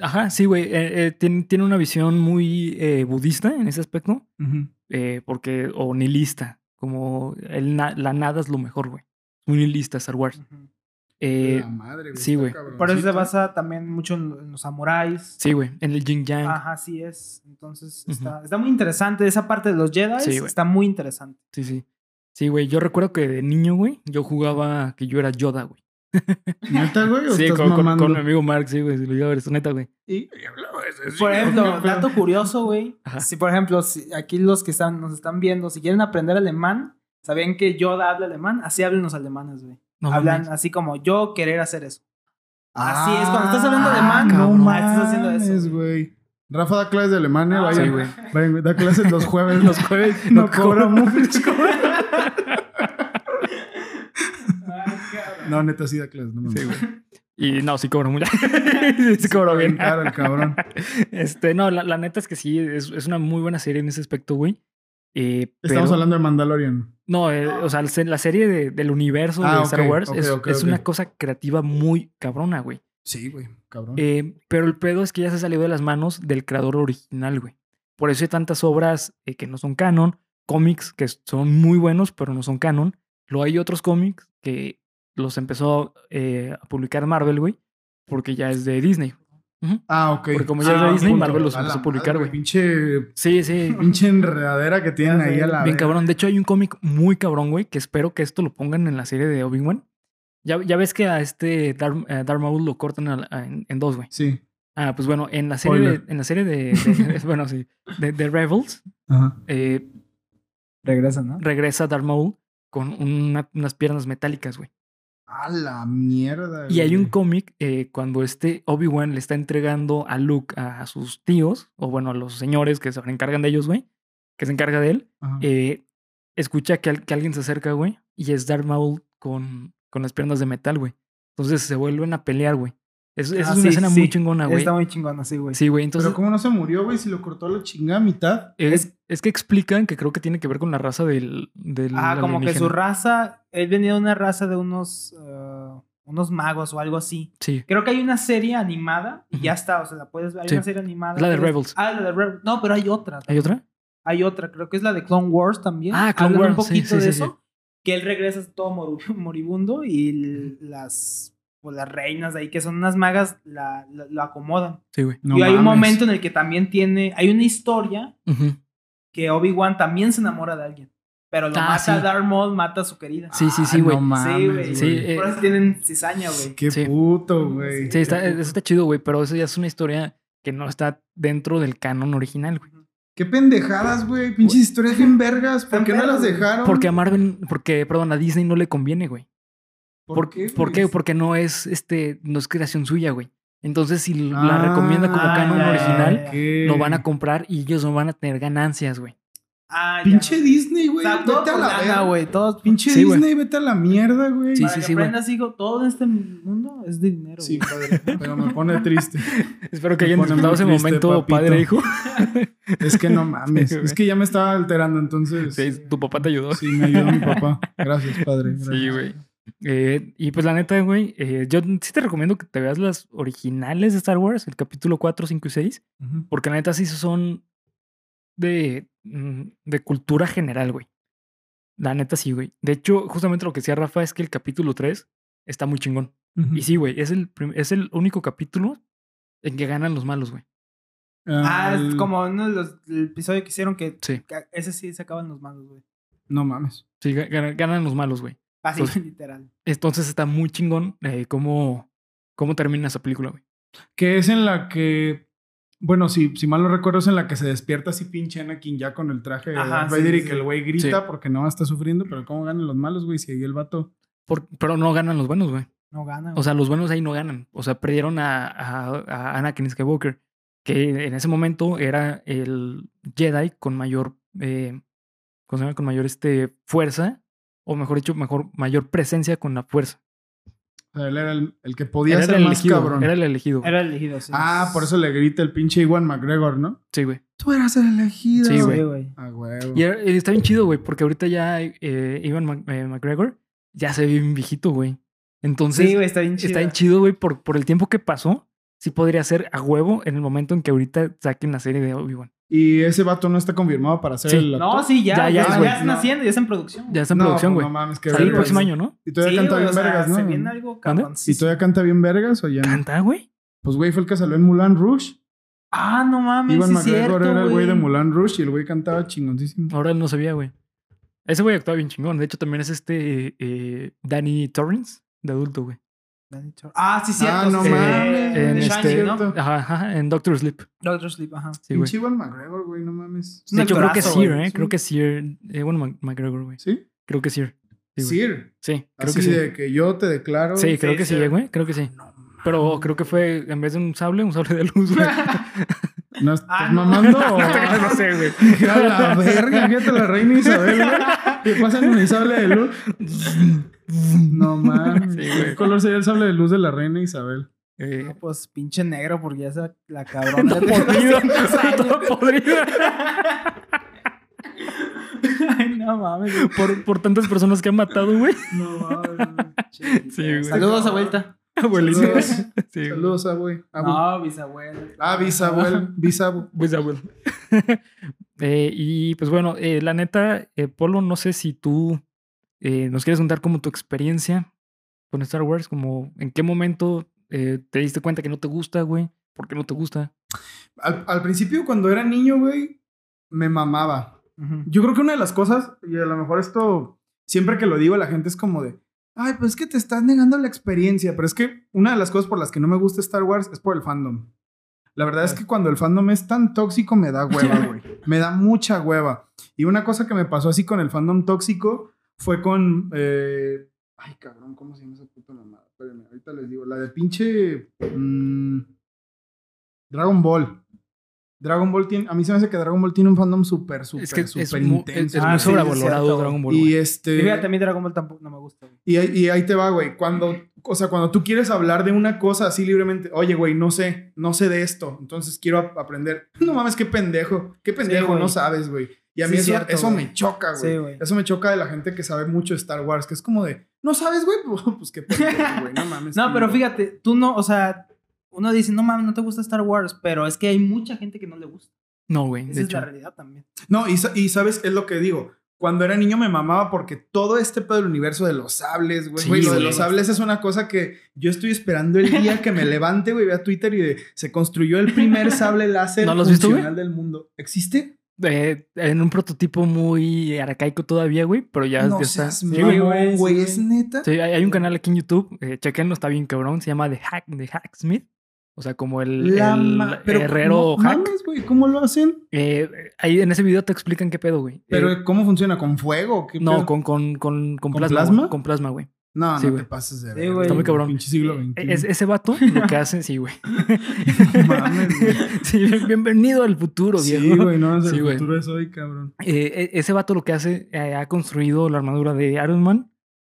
Ajá, sí, güey. eh, eh, tiene, tiene una visión muy eh, budista en ese aspecto.
Ujú.
eh, porque, o nihilista. Como el na- la nada es lo mejor, güey. Muy nihilista Star Wars.
Ujú.
Eh,
La madre,
sí,
está
güey.
cabroncito.
Por eso se basa también mucho en, en los samuráis.
Sí, güey, en el Jin Yang.
Ah.
Ajá, así es. Entonces, está, está muy interesante. Esa parte de los Jedi
Sí, güey.
está muy interesante.
Sí, sí. Sí, güey, yo recuerdo que de niño, güey, yo jugaba que yo era Yoda, güey.
¿Neta, güey? ¿O
Sí,
estás
con, con-
mamando?
con mi amigo Mark, sí, güey. Si lo llevo a ver, es neta, güey.
Y- y hablaba de ese, sí,
Por ejemplo,
no, pero-
dato curioso, güey.
Ajá.
Si, por ejemplo, si aquí los que están, nos están viendo, si quieren aprender alemán, ¿sabían que Yoda habla alemán? Así hablan los alemanes, güey.
No
Hablan
mames.
así como yo querer hacer eso.
Ah,
Así es, cuando estás hablando alemán,
no
ah, estás haciendo eso.
mames, güey. Rafa da clases de alemán, eh,
Ah,
vayan,
Sí, güey.
vayan, güey, da clases los jueves,
Los jueves
no cobra mucho. No, neta, sí da clases, no mames.
Sí, güey. Y no, sí cobro mucho. sí cobro
Bien
bien.
caro el cabrón.
Este, no, la, la neta es que sí, es, es una muy buena serie en ese aspecto, güey. Eh,
Estamos
pero-
hablando de Mandalorian.
No, eh, o sea, se- la serie de- del universo
Ah,
de Star
ok,
Wars
ok,
es,
ok,
es
ok.
una cosa creativa muy cabrona, güey.
Sí, güey, cabrón.
Eh, pero el pedo es que ya se salió de las manos del creador original, güey. Por eso hay tantas obras eh, que no son canon, cómics que son muy buenos, pero no son canon. Luego hay otros cómics que los empezó eh, a publicar Marvel, güey, porque ya es de Disney. Ujú.
ah, ok.
porque como ya es de
Ah,
Disney,
punto.
Marvel los
A la
empezó a publicar,
madre,
güey.
Pinche,
Sí, sí.
pinche enredadera que tienen ahí a la
Bien
verga.
cabrón. De hecho, hay un cómic muy cabrón, güey, que espero que esto lo pongan en la serie de Obi-Wan. Ya, ya ves que a este Darth a Darth Maul lo cortan a la- a- en, en dos, güey.
Sí.
Ah, pues bueno, en la serie de,
Spoiler.
en la serie de, de- bueno, sí, de, de Rebels,
Ajá.
eh,
Regresa, ¿no?
regresa Darth Maul con una- unas piernas metálicas, güey.
A la mierda.
Y hay
güey.
un cómic eh, cuando este Obi-Wan le está entregando a Luke a, a sus tíos, o bueno, a los señores que se encargan de ellos, güey, que se encarga de él.
Ajá.
eh, escucha que, al- que alguien se acerca, güey, y es Darth Maul con, con las piernas de metal, güey. Entonces se vuelven a pelear, güey. Es, esa
Ah,
es una
sí,
escena
sí.
muy chingona, güey.
Está muy chingón así, güey.
Sí, güey. Entonces
Pero cómo no se murió, güey, si lo cortó a la chingada mitad.
es, es que explican que creo que tiene que ver con la raza del. del
Ah, como que su
alienígena.
raza, él venía de una raza de unos, eh, unos magos o algo así.
Sí.
Creo que hay una serie animada, y
Ujú.
ya está, o sea, la puedes ver. Hay
Sí.
una serie animada.
Es la de
que es-
Rebels.
Ah, la de Rebels. No, pero hay otra.
¿Hay
también.
otra?
Hay otra, creo que es la de Clone Wars también.
Ah, Clone
Hablan
Wars,
un
sí,
poquito
sí,
de
sí,
eso. Que él regresa todo moru- moribundo y l- las, pues, las reinas de ahí, que son unas magas, la, la- lo acomodan.
Sí, güey.
No
y hay un
mames.
momento en el que también tiene. Hay una historia
Ujú.
que Obi-Wan también se enamora de alguien. Pero lo
Ah,
mata
sí.
Darth Maul, mata a su querida.
Sí, sí, sí,
Ah,
güey.
No
sí,
mames,
güey.
Sí, eh,
Por eso tienen cizaña, güey.
Qué
Sí.
puto, güey.
Sí, está, eso está chido, güey, pero eso ya es una historia que no está dentro del canon original, güey.
Qué pendejadas, güey. Pinches historias bien vergas. ¿Por
Están
qué no
vergas,
las
güey.
dejaron?
Porque a Marvel, porque, perdón, a Disney no le conviene, güey.
¿Por qué?
¿Por
güey?
qué? Porque no es, este, no es creación suya, güey. Entonces, si l- la
Ah,
recomienda como
ah,
canon
ya,
original,
ya,
¿Qué?
lo van a comprar y ellos no van a tener ganancias, güey.
Ah, ya.
Pinche Disney,
O
güey.
sea, todo
Vete a
por
la
lana,
verga.
güey. Todo
Pinche
Sí, güey.
Disney, vete a la mierda, güey.
Sí,
Para
sí,
que
sí, güey.
aprendas, hijo, todo en este mundo es de dinero.
Sí,
güey.
padre, pero me pone triste.
Espero que
Me
hayan
pone muy
disfrutado ese
triste,
momento,
papito.
padre e hijo.
Es que no mames.
Sí, güey.
es que ya me estaba alterando, entonces.
Sí, tu papá te ayudó.
Sí, me ayudó mi papá. Gracias, padre. gracias.
Sí, güey. Eh, y pues la neta, güey, eh, yo sí te recomiendo que te veas las originales de Star Wars, el capítulo 4, 5 y 6,
Ujú.
porque la neta sí son de, mm, de cultura general, güey. La neta sí, güey. De hecho, justamente lo que decía Rafa es que el capítulo 3 está muy chingón.
Ujú.
Y sí, güey, es el, prim- es el único capítulo en que ganan los malos, güey.
Ah, es
Al-
como uno de los el episodio que hicieron que,
Sí.
que ese sí se acaban los malos, güey.
No mames.
Sí, ga- gana- ganan, los malos, güey.
Así,
Pues-
literal.
Entonces está muy chingón eh, cómo, cómo termina esa película, güey.
Que es en la que. Bueno, si, si mal no recuerdo, es en la que se despierta así pinche Anakin ya con el traje de
Ajá,
Darth
sí,
Vader y
sí,
que
sí.
el güey grita
Sí.
porque no está sufriendo, pero ¿cómo ganan los malos, güey? Si ahí el vato.
Por- pero no ganan los buenos, güey.
No gana.
O sea, los buenos ahí no ganan. O sea, perdieron a, a- a Anakin Skywalker, que en ese momento era el Jedi con mayor, eh, ¿cómo se llama? Con mayor este, fuerza, o mejor dicho, mejor, mayor presencia con la fuerza.
O sea, él era el, el que podía
Era
ser
el,
más
elegido,
cabrón.
era el elegido. güey.
Era elegido, sí.
Ah, por eso le grita el pinche Iwan McGregor, ¿no?
Sí, güey.
Tú eras el elegido.
Sí,
Sí,
güey.
güey.
Ah, huevo.
Y era- está bien chido, güey, porque ahorita ya eh, Ivan Mac- eh, McGregor ya se ve bien viejito, güey. Entonces,
Sí, güey, está bien chido.
está bien chido, güey, por, por el tiempo que pasó. Sí podría ser a huevo en el momento en que ahorita saquen la serie de Obi-Wan.
Y ese vato no está confirmado para ser
Sí.
el.
No,
actor?
sí, ya.
Ya,
Ya,
ya
ya,
es, güey.
están
No.
haciendo, ya está en producción.
Ya está en
No,
producción,
pues
güey.
No mames, qué
Sale el
vergas.
próximo año, ¿no?
Y todavía canta
güey,
bien
o sea,
vergas,
Se
¿no?
viene algo
¿Mande?
cabrón.
¿Y todavía canta bien vergas o ya? no?
Canta, güey.
Pues güey, fue el que salió en Mulan Rush.
Ah, no mames,
Iwan
sí es
McGregor
cierto,
era el güey de Mulan Rush y el güey cantaba chingoncísimo.
Ahora no sabía, güey. Ese güey actuaba bien chingón. De hecho, también es este eh, Danny Torrance de adulto, güey.
Ah, sí, cierto.
Ah,
sí,
no
sí.
mames.
The
en
Shining,
este-
¿no?
Cierto.
Ajá, ajá, en Doctor Sleep.
Doctor Sleep, ajá.
Sí, güey.
Pinche Ewan McGregor, güey, no mames.
un
De hecho, creo que
actorazo,
es Sir,
güey.
¿eh?
Sí.
Creo que es Sir. Eh, bueno, Mac- McGregor, güey.
¿Sí?
Creo que es Sir. Sí, güey.
Sir.
Sí, creo
Así
que sí.
de que yo te declaro.
Sí, creo
sí,
que sí,
Sir.
güey. Creo que sí. Pero creo que fue, en vez de un sable, un sable de luz, güey.
¿No estás
Ah, no.
mamando? o-
No, te- no sé, güey.
A la verga, fíjate la reina Isabel, güey. Te pasan mi sable de luz. No mames.
Sí, güey.
¿Qué color sería el sable de luz de la reina Isabel?
Eh,
No, pues pinche negro, porque ya se la cabrona. ya tiene
podrido.
200
todo
años.
podrido.
Ay, no mames. güey.
Por, por tantas personas que ha matado, güey.
No mames.
Sí, güey.
Saludos a vuelta.
Abuelito.
Saludos,
Sí, güey.
saludos abue. Abu.
No, bisabuela.
Ah, bisabuel, bisabu.
Pues, abuelo. Eh, y pues bueno, eh, la neta, eh, Polo, no sé si tú eh, nos quieres contar como tu experiencia con Star Wars, como en qué momento eh, te diste cuenta que no te gusta, güey, por qué no te gusta.
Al, al principio, cuando era niño, güey, me mamaba.
Ujú.
Yo creo que una de las cosas, y a lo mejor esto, siempre que lo digo, la gente es como de, ay, pues es que te estás negando la experiencia, pero es que una de las cosas por las que no me gusta Star Wars es por el fandom. La verdad es que cuando el fandom es tan tóxico me da hueva, güey. Me da mucha hueva. Y una cosa que me pasó así con el fandom tóxico fue con... eh, Ay, cabrón, ¿cómo se llama esa puta mamada? Espérenme, ahorita les digo. La de pinche... mm, Dragon Ball. Dragon Ball tiene... A mí se me hace que Dragon Ball tiene un fandom súper, súper,
es que es,
súper
mu- es-
intenso.
es
Ah,
muy
sí, es
sobrevalorado
cierto.
Dragon Ball.
y
güey.
este...
Y fíjate, a mí Dragon Ball tampoco no me gusta. güey.
Y ahí, y ahí te va, güey. Cuando, o sea, cuando tú quieres hablar de una cosa así libremente, oye, güey, no sé, no sé de esto, entonces quiero ap- aprender. No mames, qué pendejo, qué pendejo,
güey.
no sabes, güey. Y a mí
Sí,
eso,
cierto,
eso
güey.
me choca, Ah, güey.
Sí, güey.
Eso me choca de la gente que sabe mucho de Star Wars, que es como de, no sabes, güey, pues qué pendejo, güey, no mames.
No,
sí,
pero
güey.
fíjate, tú no, o sea, uno dice, no mames, no te gusta Star Wars, pero es que hay mucha gente que no le gusta.
no, güey,
Esa
de
es
hecho.
la realidad también.
No, y, sa- y sabes, es lo que digo. Cuando era niño me mamaba porque todo este pedo del universo de los sables, güey.
Sí,
Güey, lo de
güey.
los sables es una cosa que yo estoy esperando el día que me levante, güey, vea Twitter y de, se construyó el primer sable láser
¿No lo has visto, güey?
funcional del mundo. ¿Existe?
Eh, en un prototipo muy arcaico todavía, güey, pero ya,
no
ya está.
seas
Sí,
mamón,
güey.
güey,
güey.
sí, güey.
¿Es neta?
Sí, hay, hay un canal aquí en YouTube, eh, chequenlo, está bien cabrón, se llama The Hack, The Hacksmith. O sea, como el,
La
el
ma- pero
herrero
no
hack.
mames, güey, ¿cómo lo hacen?
Eh, eh, ahí en ese video te explican qué pedo, güey.
Pero
Eh,
¿cómo funciona? ¿Con fuego? ¿Qué
no,
pedo?
con, con, con, con
¿Con
plasma. güey,
plasma?
Con plasma, güey.
No,
Sí,
no
güey.
te pases de
Sí,
verga,
güey. Está muy
cabrón.
Pinche siglo XXI.
Eh, es- ese vato lo que hace, sí, güey.
No mames, güey.
Sí, bien- bienvenido al futuro, viejo.
Sí, güey, no, es el
Sí, güey.
futuro es hoy, cabrón.
Eh, e- ese vato lo que hace, eh, ha construido la armadura de Iron Man.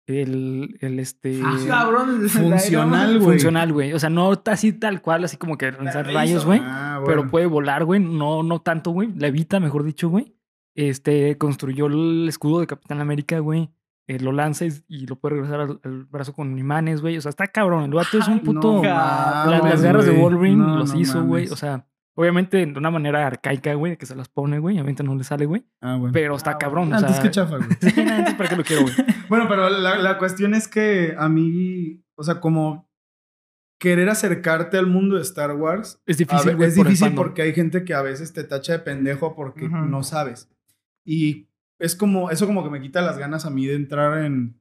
El, el este.
Ah,
Cabrón,
Funcional, güey.
funcional, güey. O sea, no t- así tal cual, así como que lanzar rayos, güey.
Ah,
Pero pues,
bueno.
puede volar, güey. No, no tanto, güey. Levita, mejor dicho, güey. Este construyó el escudo de Capitán América, güey. Eh, lo lanza y, y lo puede regresar al, al brazo con imanes, güey. O sea, está cabrón. El vato es un
Ay,
puto.
no,
la-
mames,
las garras de
güey.
Wolverine
No,
los
no
hizo, güey.
mames.
O sea, obviamente de una manera arcaica, güey, de que se las pone, güey. Obviamente no le sale, güey.
Ah, bueno.
Pero está
Ah,
cabrón. O
Antes
sea,
que chafa, güey.
Sí, no, entonces, ¿para qué lo quiero, güey?
Bueno, pero la, la cuestión es que a mí, o sea, como querer acercarte al mundo de Star Wars
Es
a
difícil,
ve-
güey.
es
por el
difícil
fandom.
porque hay gente que a veces te tacha de pendejo porque
Ujú.
no sabes. Y es como, eso como que me quita las ganas a mí de entrar en,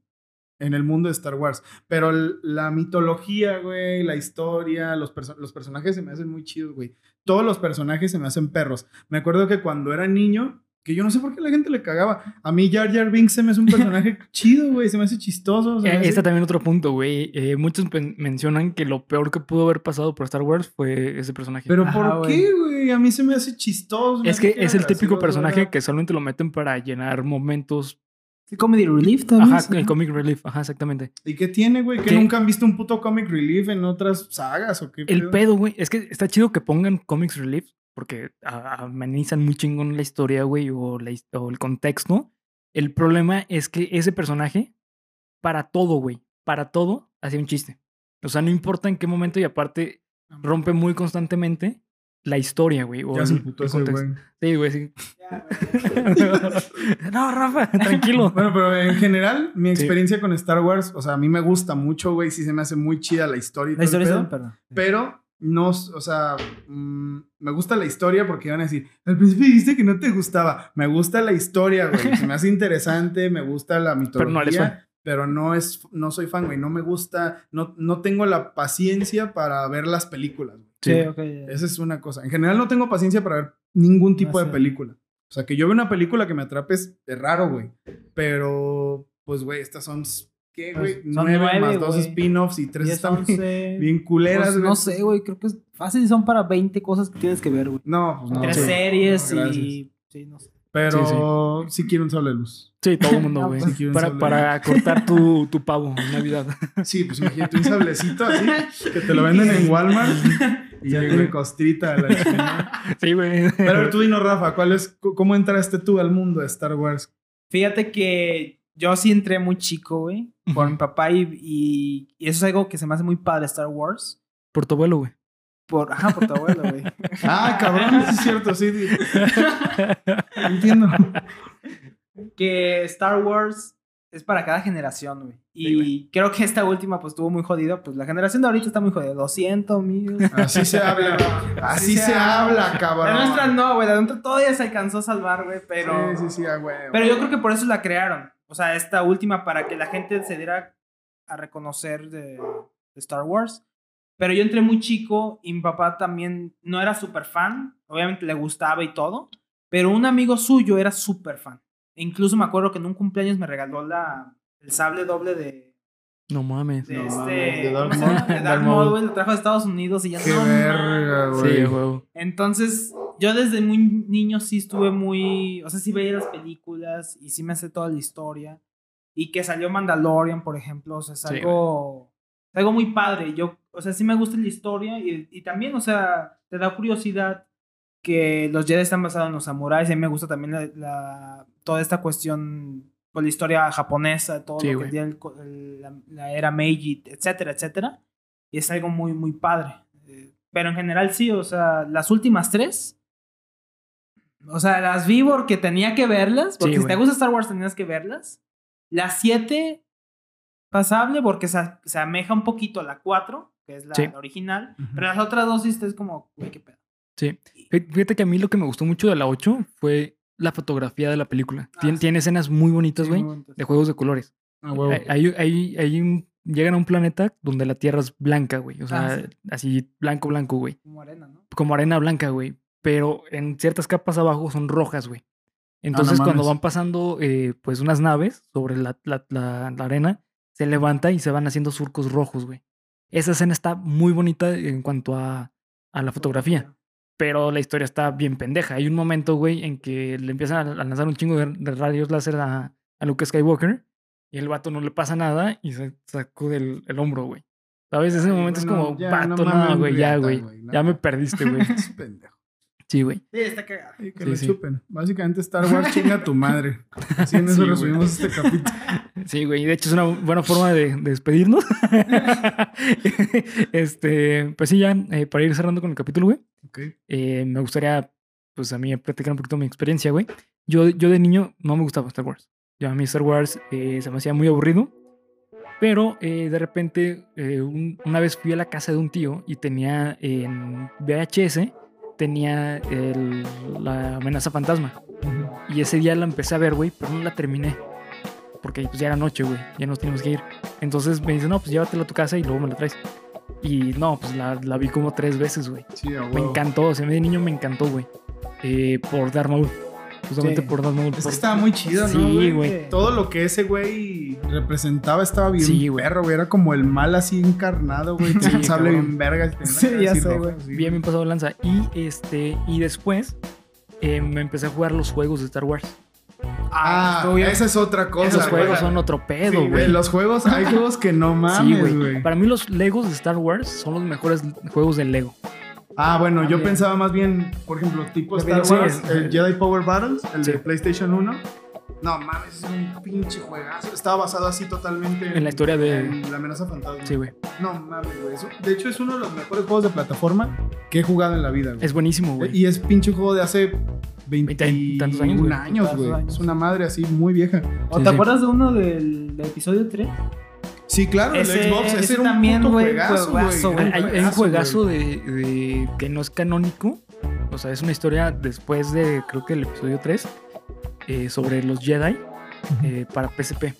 en el mundo de Star Wars. Pero el- la mitología, güey, la historia, los, perso- los personajes se me hacen muy chidos, güey. Todos los personajes se me hacen perros. Me acuerdo que cuando era niño, que yo no sé por qué la gente le cagaba. A mí Jar Jar Binks se me hace un personaje chido, güey. Se me hace chistoso. se me
Eh,
hace-
Este también otro punto, güey. Eh, muchos pen- mencionan que lo peor que pudo haber pasado por Star Wars fue ese personaje.
Pero
Ajá,
¿por
güey.
qué, güey? A mí se me hace chistoso.
es que es el típico personaje
que
que solamente lo meten para llenar momentos.
Comedy Relief también.
Ajá, el comic relief. Ajá, exactamente.
¿Y qué tiene, güey? ¿Que
¿Qué?
nunca han visto un puto comic relief en otras sagas o qué?
El
pedo?
pedo, güey, es que está chido que pongan comics relief porque a- amenizan muy chingón la historia, güey, o, la his- o el contexto. El problema es que ese personaje, para todo, güey, para todo, hacía un chiste. O sea, no importa en qué momento y aparte rompe muy constantemente la historia, güey. o
Ya se
el-
emputó
el
ese
contexto.
güey.
Sí, güey, sí. no, Rafa, tranquilo.
Bueno, pero en general, mi
Sí.
experiencia con Star Wars, o sea, a mí me gusta mucho, güey. Sí se me hace muy chida la historia y
La
todo el
historia
pedo,
es perdón.
Pero no, o sea, mm, me gusta la historia porque iban a decir, al principio dijiste que no te gustaba. Me gusta la historia, güey. Se me hace interesante, me gusta la mitología.
Pero no eres fan.
pero no es no soy fan, güey, no me gusta, no, no tengo la paciencia para ver las películas. güey.
Sí.
ok. ya.
Esa es una cosa. En general no tengo paciencia para ver ningún tipo
Ah,
de
sí.
película. O sea, que yo vea una película que me atrape es es raro, güey. Pero, pues, güey, estas son, ¿qué, güey?
Pues, son
nueve,
nueve,
más dos
güey.
spin-offs y tres
10,
están bien,
11,
bien culeras,
pues,
güey.
no sé, güey, creo que es fácil son para 20 cosas que tienes que ver, güey.
No, pues no.
Tres
sí.
series
No, gracias.
y sí, no sé.
Pero sí, quiero un sable de luz.
Sí, todo el mundo,
No,
güey.
pues, sí, un
para,
sable.
para cortar tu, tu pavo en Navidad.
Sí, pues imagínate un sablecito así, que te lo venden en Walmart y ya
Sí,
tiene
güey.
costrita. la chingada.
Sí, güey.
Pero tú dinos, Rafa, ¿cuál es, cu- ¿cómo entraste tú al mundo de Star Wars?
Fíjate que yo sí entré muy chico, güey, por mi papá y, y- y eso es algo que se me hace muy padre Star Wars.
Por tu abuelo, güey.
Por, ajá, por tu abuelo, güey.
Ah, cabrón, sí es cierto, sí. di- Entiendo.
que Star Wars es para cada generación, güey. Y
Sí, güey.
creo que esta última, pues, estuvo muy jodida. Pues la generación de ahorita está muy jodida. Lo siento, mío.
Así se habla. Así
Sí
Ah, se
se
habla, cabrón.
La nuestra no, güey. La nuestra todavía se alcanzó a salvar, güey. Pero,
Sí, sí, sí, a huevo.
pero yo creo que por eso la crearon. O sea, esta última, para que la gente se diera a reconocer de, de Star Wars. Pero yo entré muy chico y mi papá también no era súper fan. Obviamente le gustaba y todo. Pero un amigo suyo era súper fan. E incluso me acuerdo que en un cumpleaños me regaló la, el sable doble de,
No mames.
de
No mames,
este.
de Darth
¿cómo se llama?
Maul.
De
Darth
Darth Maul,
Maul.
güey, Lo trajo de Estados Unidos y ya
Qué
no
verga,
mames.
Sí,
güey.
güey.
Entonces, yo desde muy niño sí estuve muy. O sea, sí veía las películas y sí me sé toda la historia. Y que salió Mandalorian, por ejemplo. O sea, es
Sí,
algo. es algo muy padre. Yo, o sea, sí me gusta la historia y, y también, o sea, te da curiosidad que los Jedi están basados en los samuráis. Y a mí me gusta también la, la- toda esta cuestión con la historia japonesa, todo
Sí,
lo que
güey.
tiene el co- el- la, la era Meiji, etcétera, etcétera. Y es algo muy, muy padre. Eh, Pero en general sí, o sea, las últimas tres. O sea, las vi porque tenía que verlas. Porque
Sí,
si te
güey.
gusta Star Wars tenías que verlas. Las siete, pasable porque se, se ameja un poquito a la cuatro, que es la,
Sí.
la original.
Ujú.
Pero las otras dos sí es como, güey, qué pedo.
Fí- Fíjate que a mí lo que me gustó mucho de la 8 fue la fotografía de la película.
Ah,
Tien-
sí.
tiene escenas muy bonitas,
Sí,
Pues, güey,
muy Oh. bonitas.
de juegos de colores.
A huevo.
Ahí- Ahí, ahí, ahí un- llegan a un planeta donde la tierra es blanca, güey. O sea,
Ah, sí.
así blanco, blanco, güey.
Como arena, ¿no?
Como arena blanca, güey. Pero en ciertas capas abajo son rojas, güey.
Ah,
Entonces, cuando
mames.
van pasando, eh, pues, unas naves sobre la, la- la- la arena, se levanta y se van haciendo surcos rojos, güey. Esa escena está muy bonita en cuanto a, a la fotografía pero la historia está bien pendeja. Hay un momento, güey, en que le empiezan a a lanzar un chingo de, de rayos láser a, a Luke Skywalker y el vato no le pasa nada y se sacude el, el hombro, güey. ¿Sabes? Ese
Ay,
momento es
bueno,
como,
ya,
vato,
no mames,
no, güey, ya,
riata,
güey.
güey, la
Ya me
neta".
perdiste, güey.
Es pendejo.
Sí, güey.
Sí, está cagada.
Ay, que
Sí,
lo
sí.
chupen. Básicamente Star Wars chinga a tu madre. Así en
Sí,
eso
güey.
resumimos este capítulo.
Sí, güey. De hecho, es una buena forma de, de despedirnos. este, pues sí, ya, eh, para ir cerrando con el capítulo, güey.
Ok.
eh, me gustaría, pues a mí, platicar un poquito mi experiencia, güey. Yo, yo de niño no me gustaba Star Wars. Yo a mí Star Wars eh, se me hacía muy aburrido. Pero eh, de repente, eh, un- una vez fui a la casa de un tío y tenía en VHS, tenía el- la amenaza fantasma. Y ese día la empecé a ver, güey, pero no la terminé. Porque pues, ya era noche, güey. Ya nos teníamos que ir. Entonces me dice, no, pues llévatela a tu casa y luego me la traes. Y no, pues la, la vi como tres veces, güey.
Sí, a huevo.
Me encantó, o sea, a mí de niño me encantó, güey. Eh, por Darth Maul. Justamente
Sí.
por Darth Maul.
Es que
por-
estaba muy chido, ¿no?
Sí,
güey?
güey.
Todo lo que ese güey representaba estaba bien
Sí, güey.
perro, güey. Era como el mal así encarnado, güey. Tenía un sable
cabrón.
bien verga. tenía una
Sí,
cara
ya
así
sé,
roja,
güey.
así,
Bien, bien pasado de lanza. Y este, y después eh, me empecé a jugar los juegos de Star Wars.
Ah,
estuvo bien.
esa es otra cosa.
Esos
güey.
juegos son otro
Sí,
pedo,
güey,
güey.
Los juegos, hay juegos que no
Sí,
mames,
güey.
güey.
Para mí los Legos de Star Wars son los mejores juegos de Lego.
Ah, bueno, yo
También.
pensaba más bien, por ejemplo, tipo
De
Star
videojuegos.
Wars, el Jedi Power Battles, el
Sí.
de PlayStation 1. No mames, es un pinche juegazo. Estaba basado así totalmente
En la historia de-
en la amenaza fantasma.
Sí, güey.
No mames, güey. eso- De hecho, es uno de los mejores juegos de plataforma que he jugado en la vida, güey.
Es buenísimo, güey.
Y es pinche juego de hace 20
y tantos años, güey.
años, güey.
Tantos años.
Es una madre así muy vieja.
¿O
Sí, Oh,
te
sí.
acuerdas de uno del, del episodio 3?
Sí, claro,
Ese-
el Xbox, ese,
ese
era un
también,
puto
güey,
juegazo, güey.
juegazo,
Hay,
güey.
hay un juegazo de, de- que no es canónico. O sea, es una historia después de, creo que el episodio 3, eh, sobre los Jedi eh, para PSP.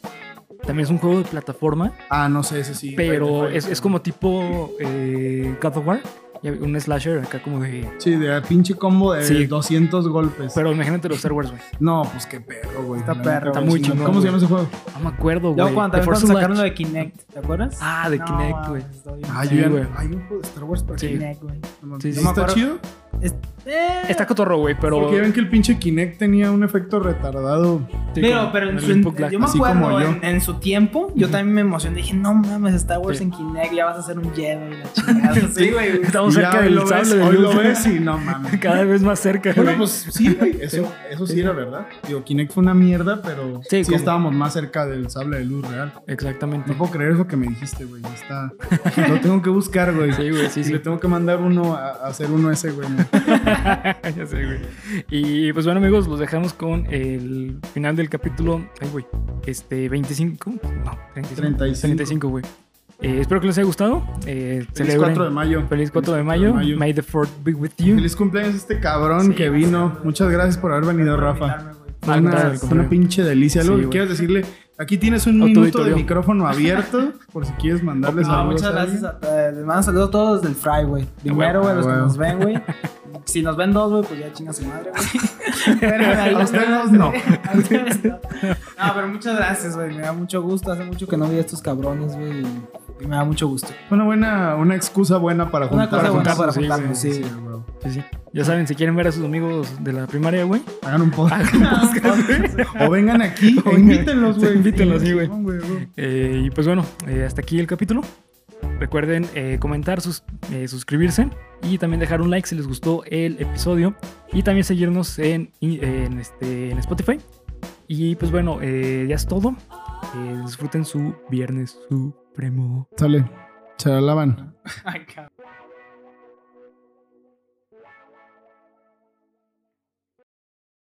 También es un juego de plataforma,
Ah, no sé, ese sí.
pero
Fighting
es,
Fire,
es
sí.
como tipo eh, God of War. Ya vi Un slasher acá como de...
Sí, de pinche combo de
Sí.
200 golpes.
Pero imagínate los Star Wars, güey.
no, pues qué perro, güey.
Está
La neta,
perro,
güey,
muy
sí,
chingón,
¿Cómo se
güey.
llama ese juego?
No me acuerdo, güey.
Luego cuando,
The
también
Force
cuando sacaron lo
Awakens.
de Kinect, ¿te acuerdas?
Ah, de Kinect, güey.
mames, estoy-
Ah,
Sí,
yo
güey.
ya. Hay un juego de Star Wars para
Sí.
Kinect.
Kinect, güey.
No
Sí, sí,
mames. ¿Está
sí.
chido?
Es- eh,
Está cotorro, güey, pero...
Porque ya ven que el pinche Kinect tenía un efecto retardado.
Sí,
Pero,
como
pero en
el
su,
input lag.
yo me
así
acuerdo,
como yo.
En, en su tiempo, yo
Ujú.
también me emocioné. Dije, no mames, Star Wars
Sí.
en Kinect, ya vas a ser un Jedi. la chingada. Sí, güey.
Estamos
Y ya
cerca
hoy
del
lo ves,
sable de
Hoy
luz.
lo ves y no mames.
Cada vez más cerca,
Bueno,
güey.
pues sí, güey. Eso, eso sí era verdad. Digo, Kinect fue una mierda, pero
Sí,
sí,
como-
estábamos más cerca del sable de luz real.
Exactamente.
No puedo creer eso que me dijiste, güey. Está... Lo tengo que buscar, güey.
Sí, güey, sí,
Y
sí.
le tengo que mandar uno a, a hacer uno a ese, güey.
ya sé, güey. Y pues bueno, amigos, los dejamos con el final del capítulo. Ay, güey. Este, 25. No, 35.
35.
35, güey. Eh, espero que les haya gustado. Eh,
Feliz 4 de mayo.
Feliz 4 de mayo. May the 4th be with you.
Feliz cumpleaños a este cabrón
Sí,
que vino. Muchas gracias por haber venido, Rafa. Fue
Al contrario, al
una, fue
contrario.
una pinche delicia.
Sí,
Algo que
güey.
quieras decirle. Aquí tienes un
O tu
minuto de
auditorio.
micrófono abierto por si quieres mandarles
No,
saludos.
muchas
a alguien.
gracias. a- eh, les mando saludos a todos desde el Fry, güey.
huevo,
Primero, güey,
a
los que
huevo.
nos ven, güey. Si nos ven dos, güey, pues ya chinga su madre, güey. Pero ahí
A
los
ustedes
vemos,
no.
güey. A ustedes no. No, pero muchas gracias, güey. Me da mucho gusto. Hace mucho que no vi a estos cabrones, güey. y- Y me da mucho gusto.
Una buena, una excusa buena para
Una
juntar.
cosa buena para
sí, güey,
juntarnos, sí. güey.
Sí, sí. Ya saben, si quieren ver a sus amigos de la primaria, güey.
Hagan un podcast.
hagan podcast, güey.
o vengan aquí.
O
o
vengan.
invítenlos, güey.
Sí, invítenlos, sí, güey.
Chingón, güey.
Eh, y pues bueno, eh, hasta aquí el capítulo. Recuerden eh, comentar, sus- eh, suscribirse y también dejar un like si les gustó el episodio. Y también seguirnos en, y- en este, en Spotify. Y pues bueno, eh, ya es todo. Eh, disfruten su Viernes Supremo.
Sale. Se la lavan.
Ay, cabrón.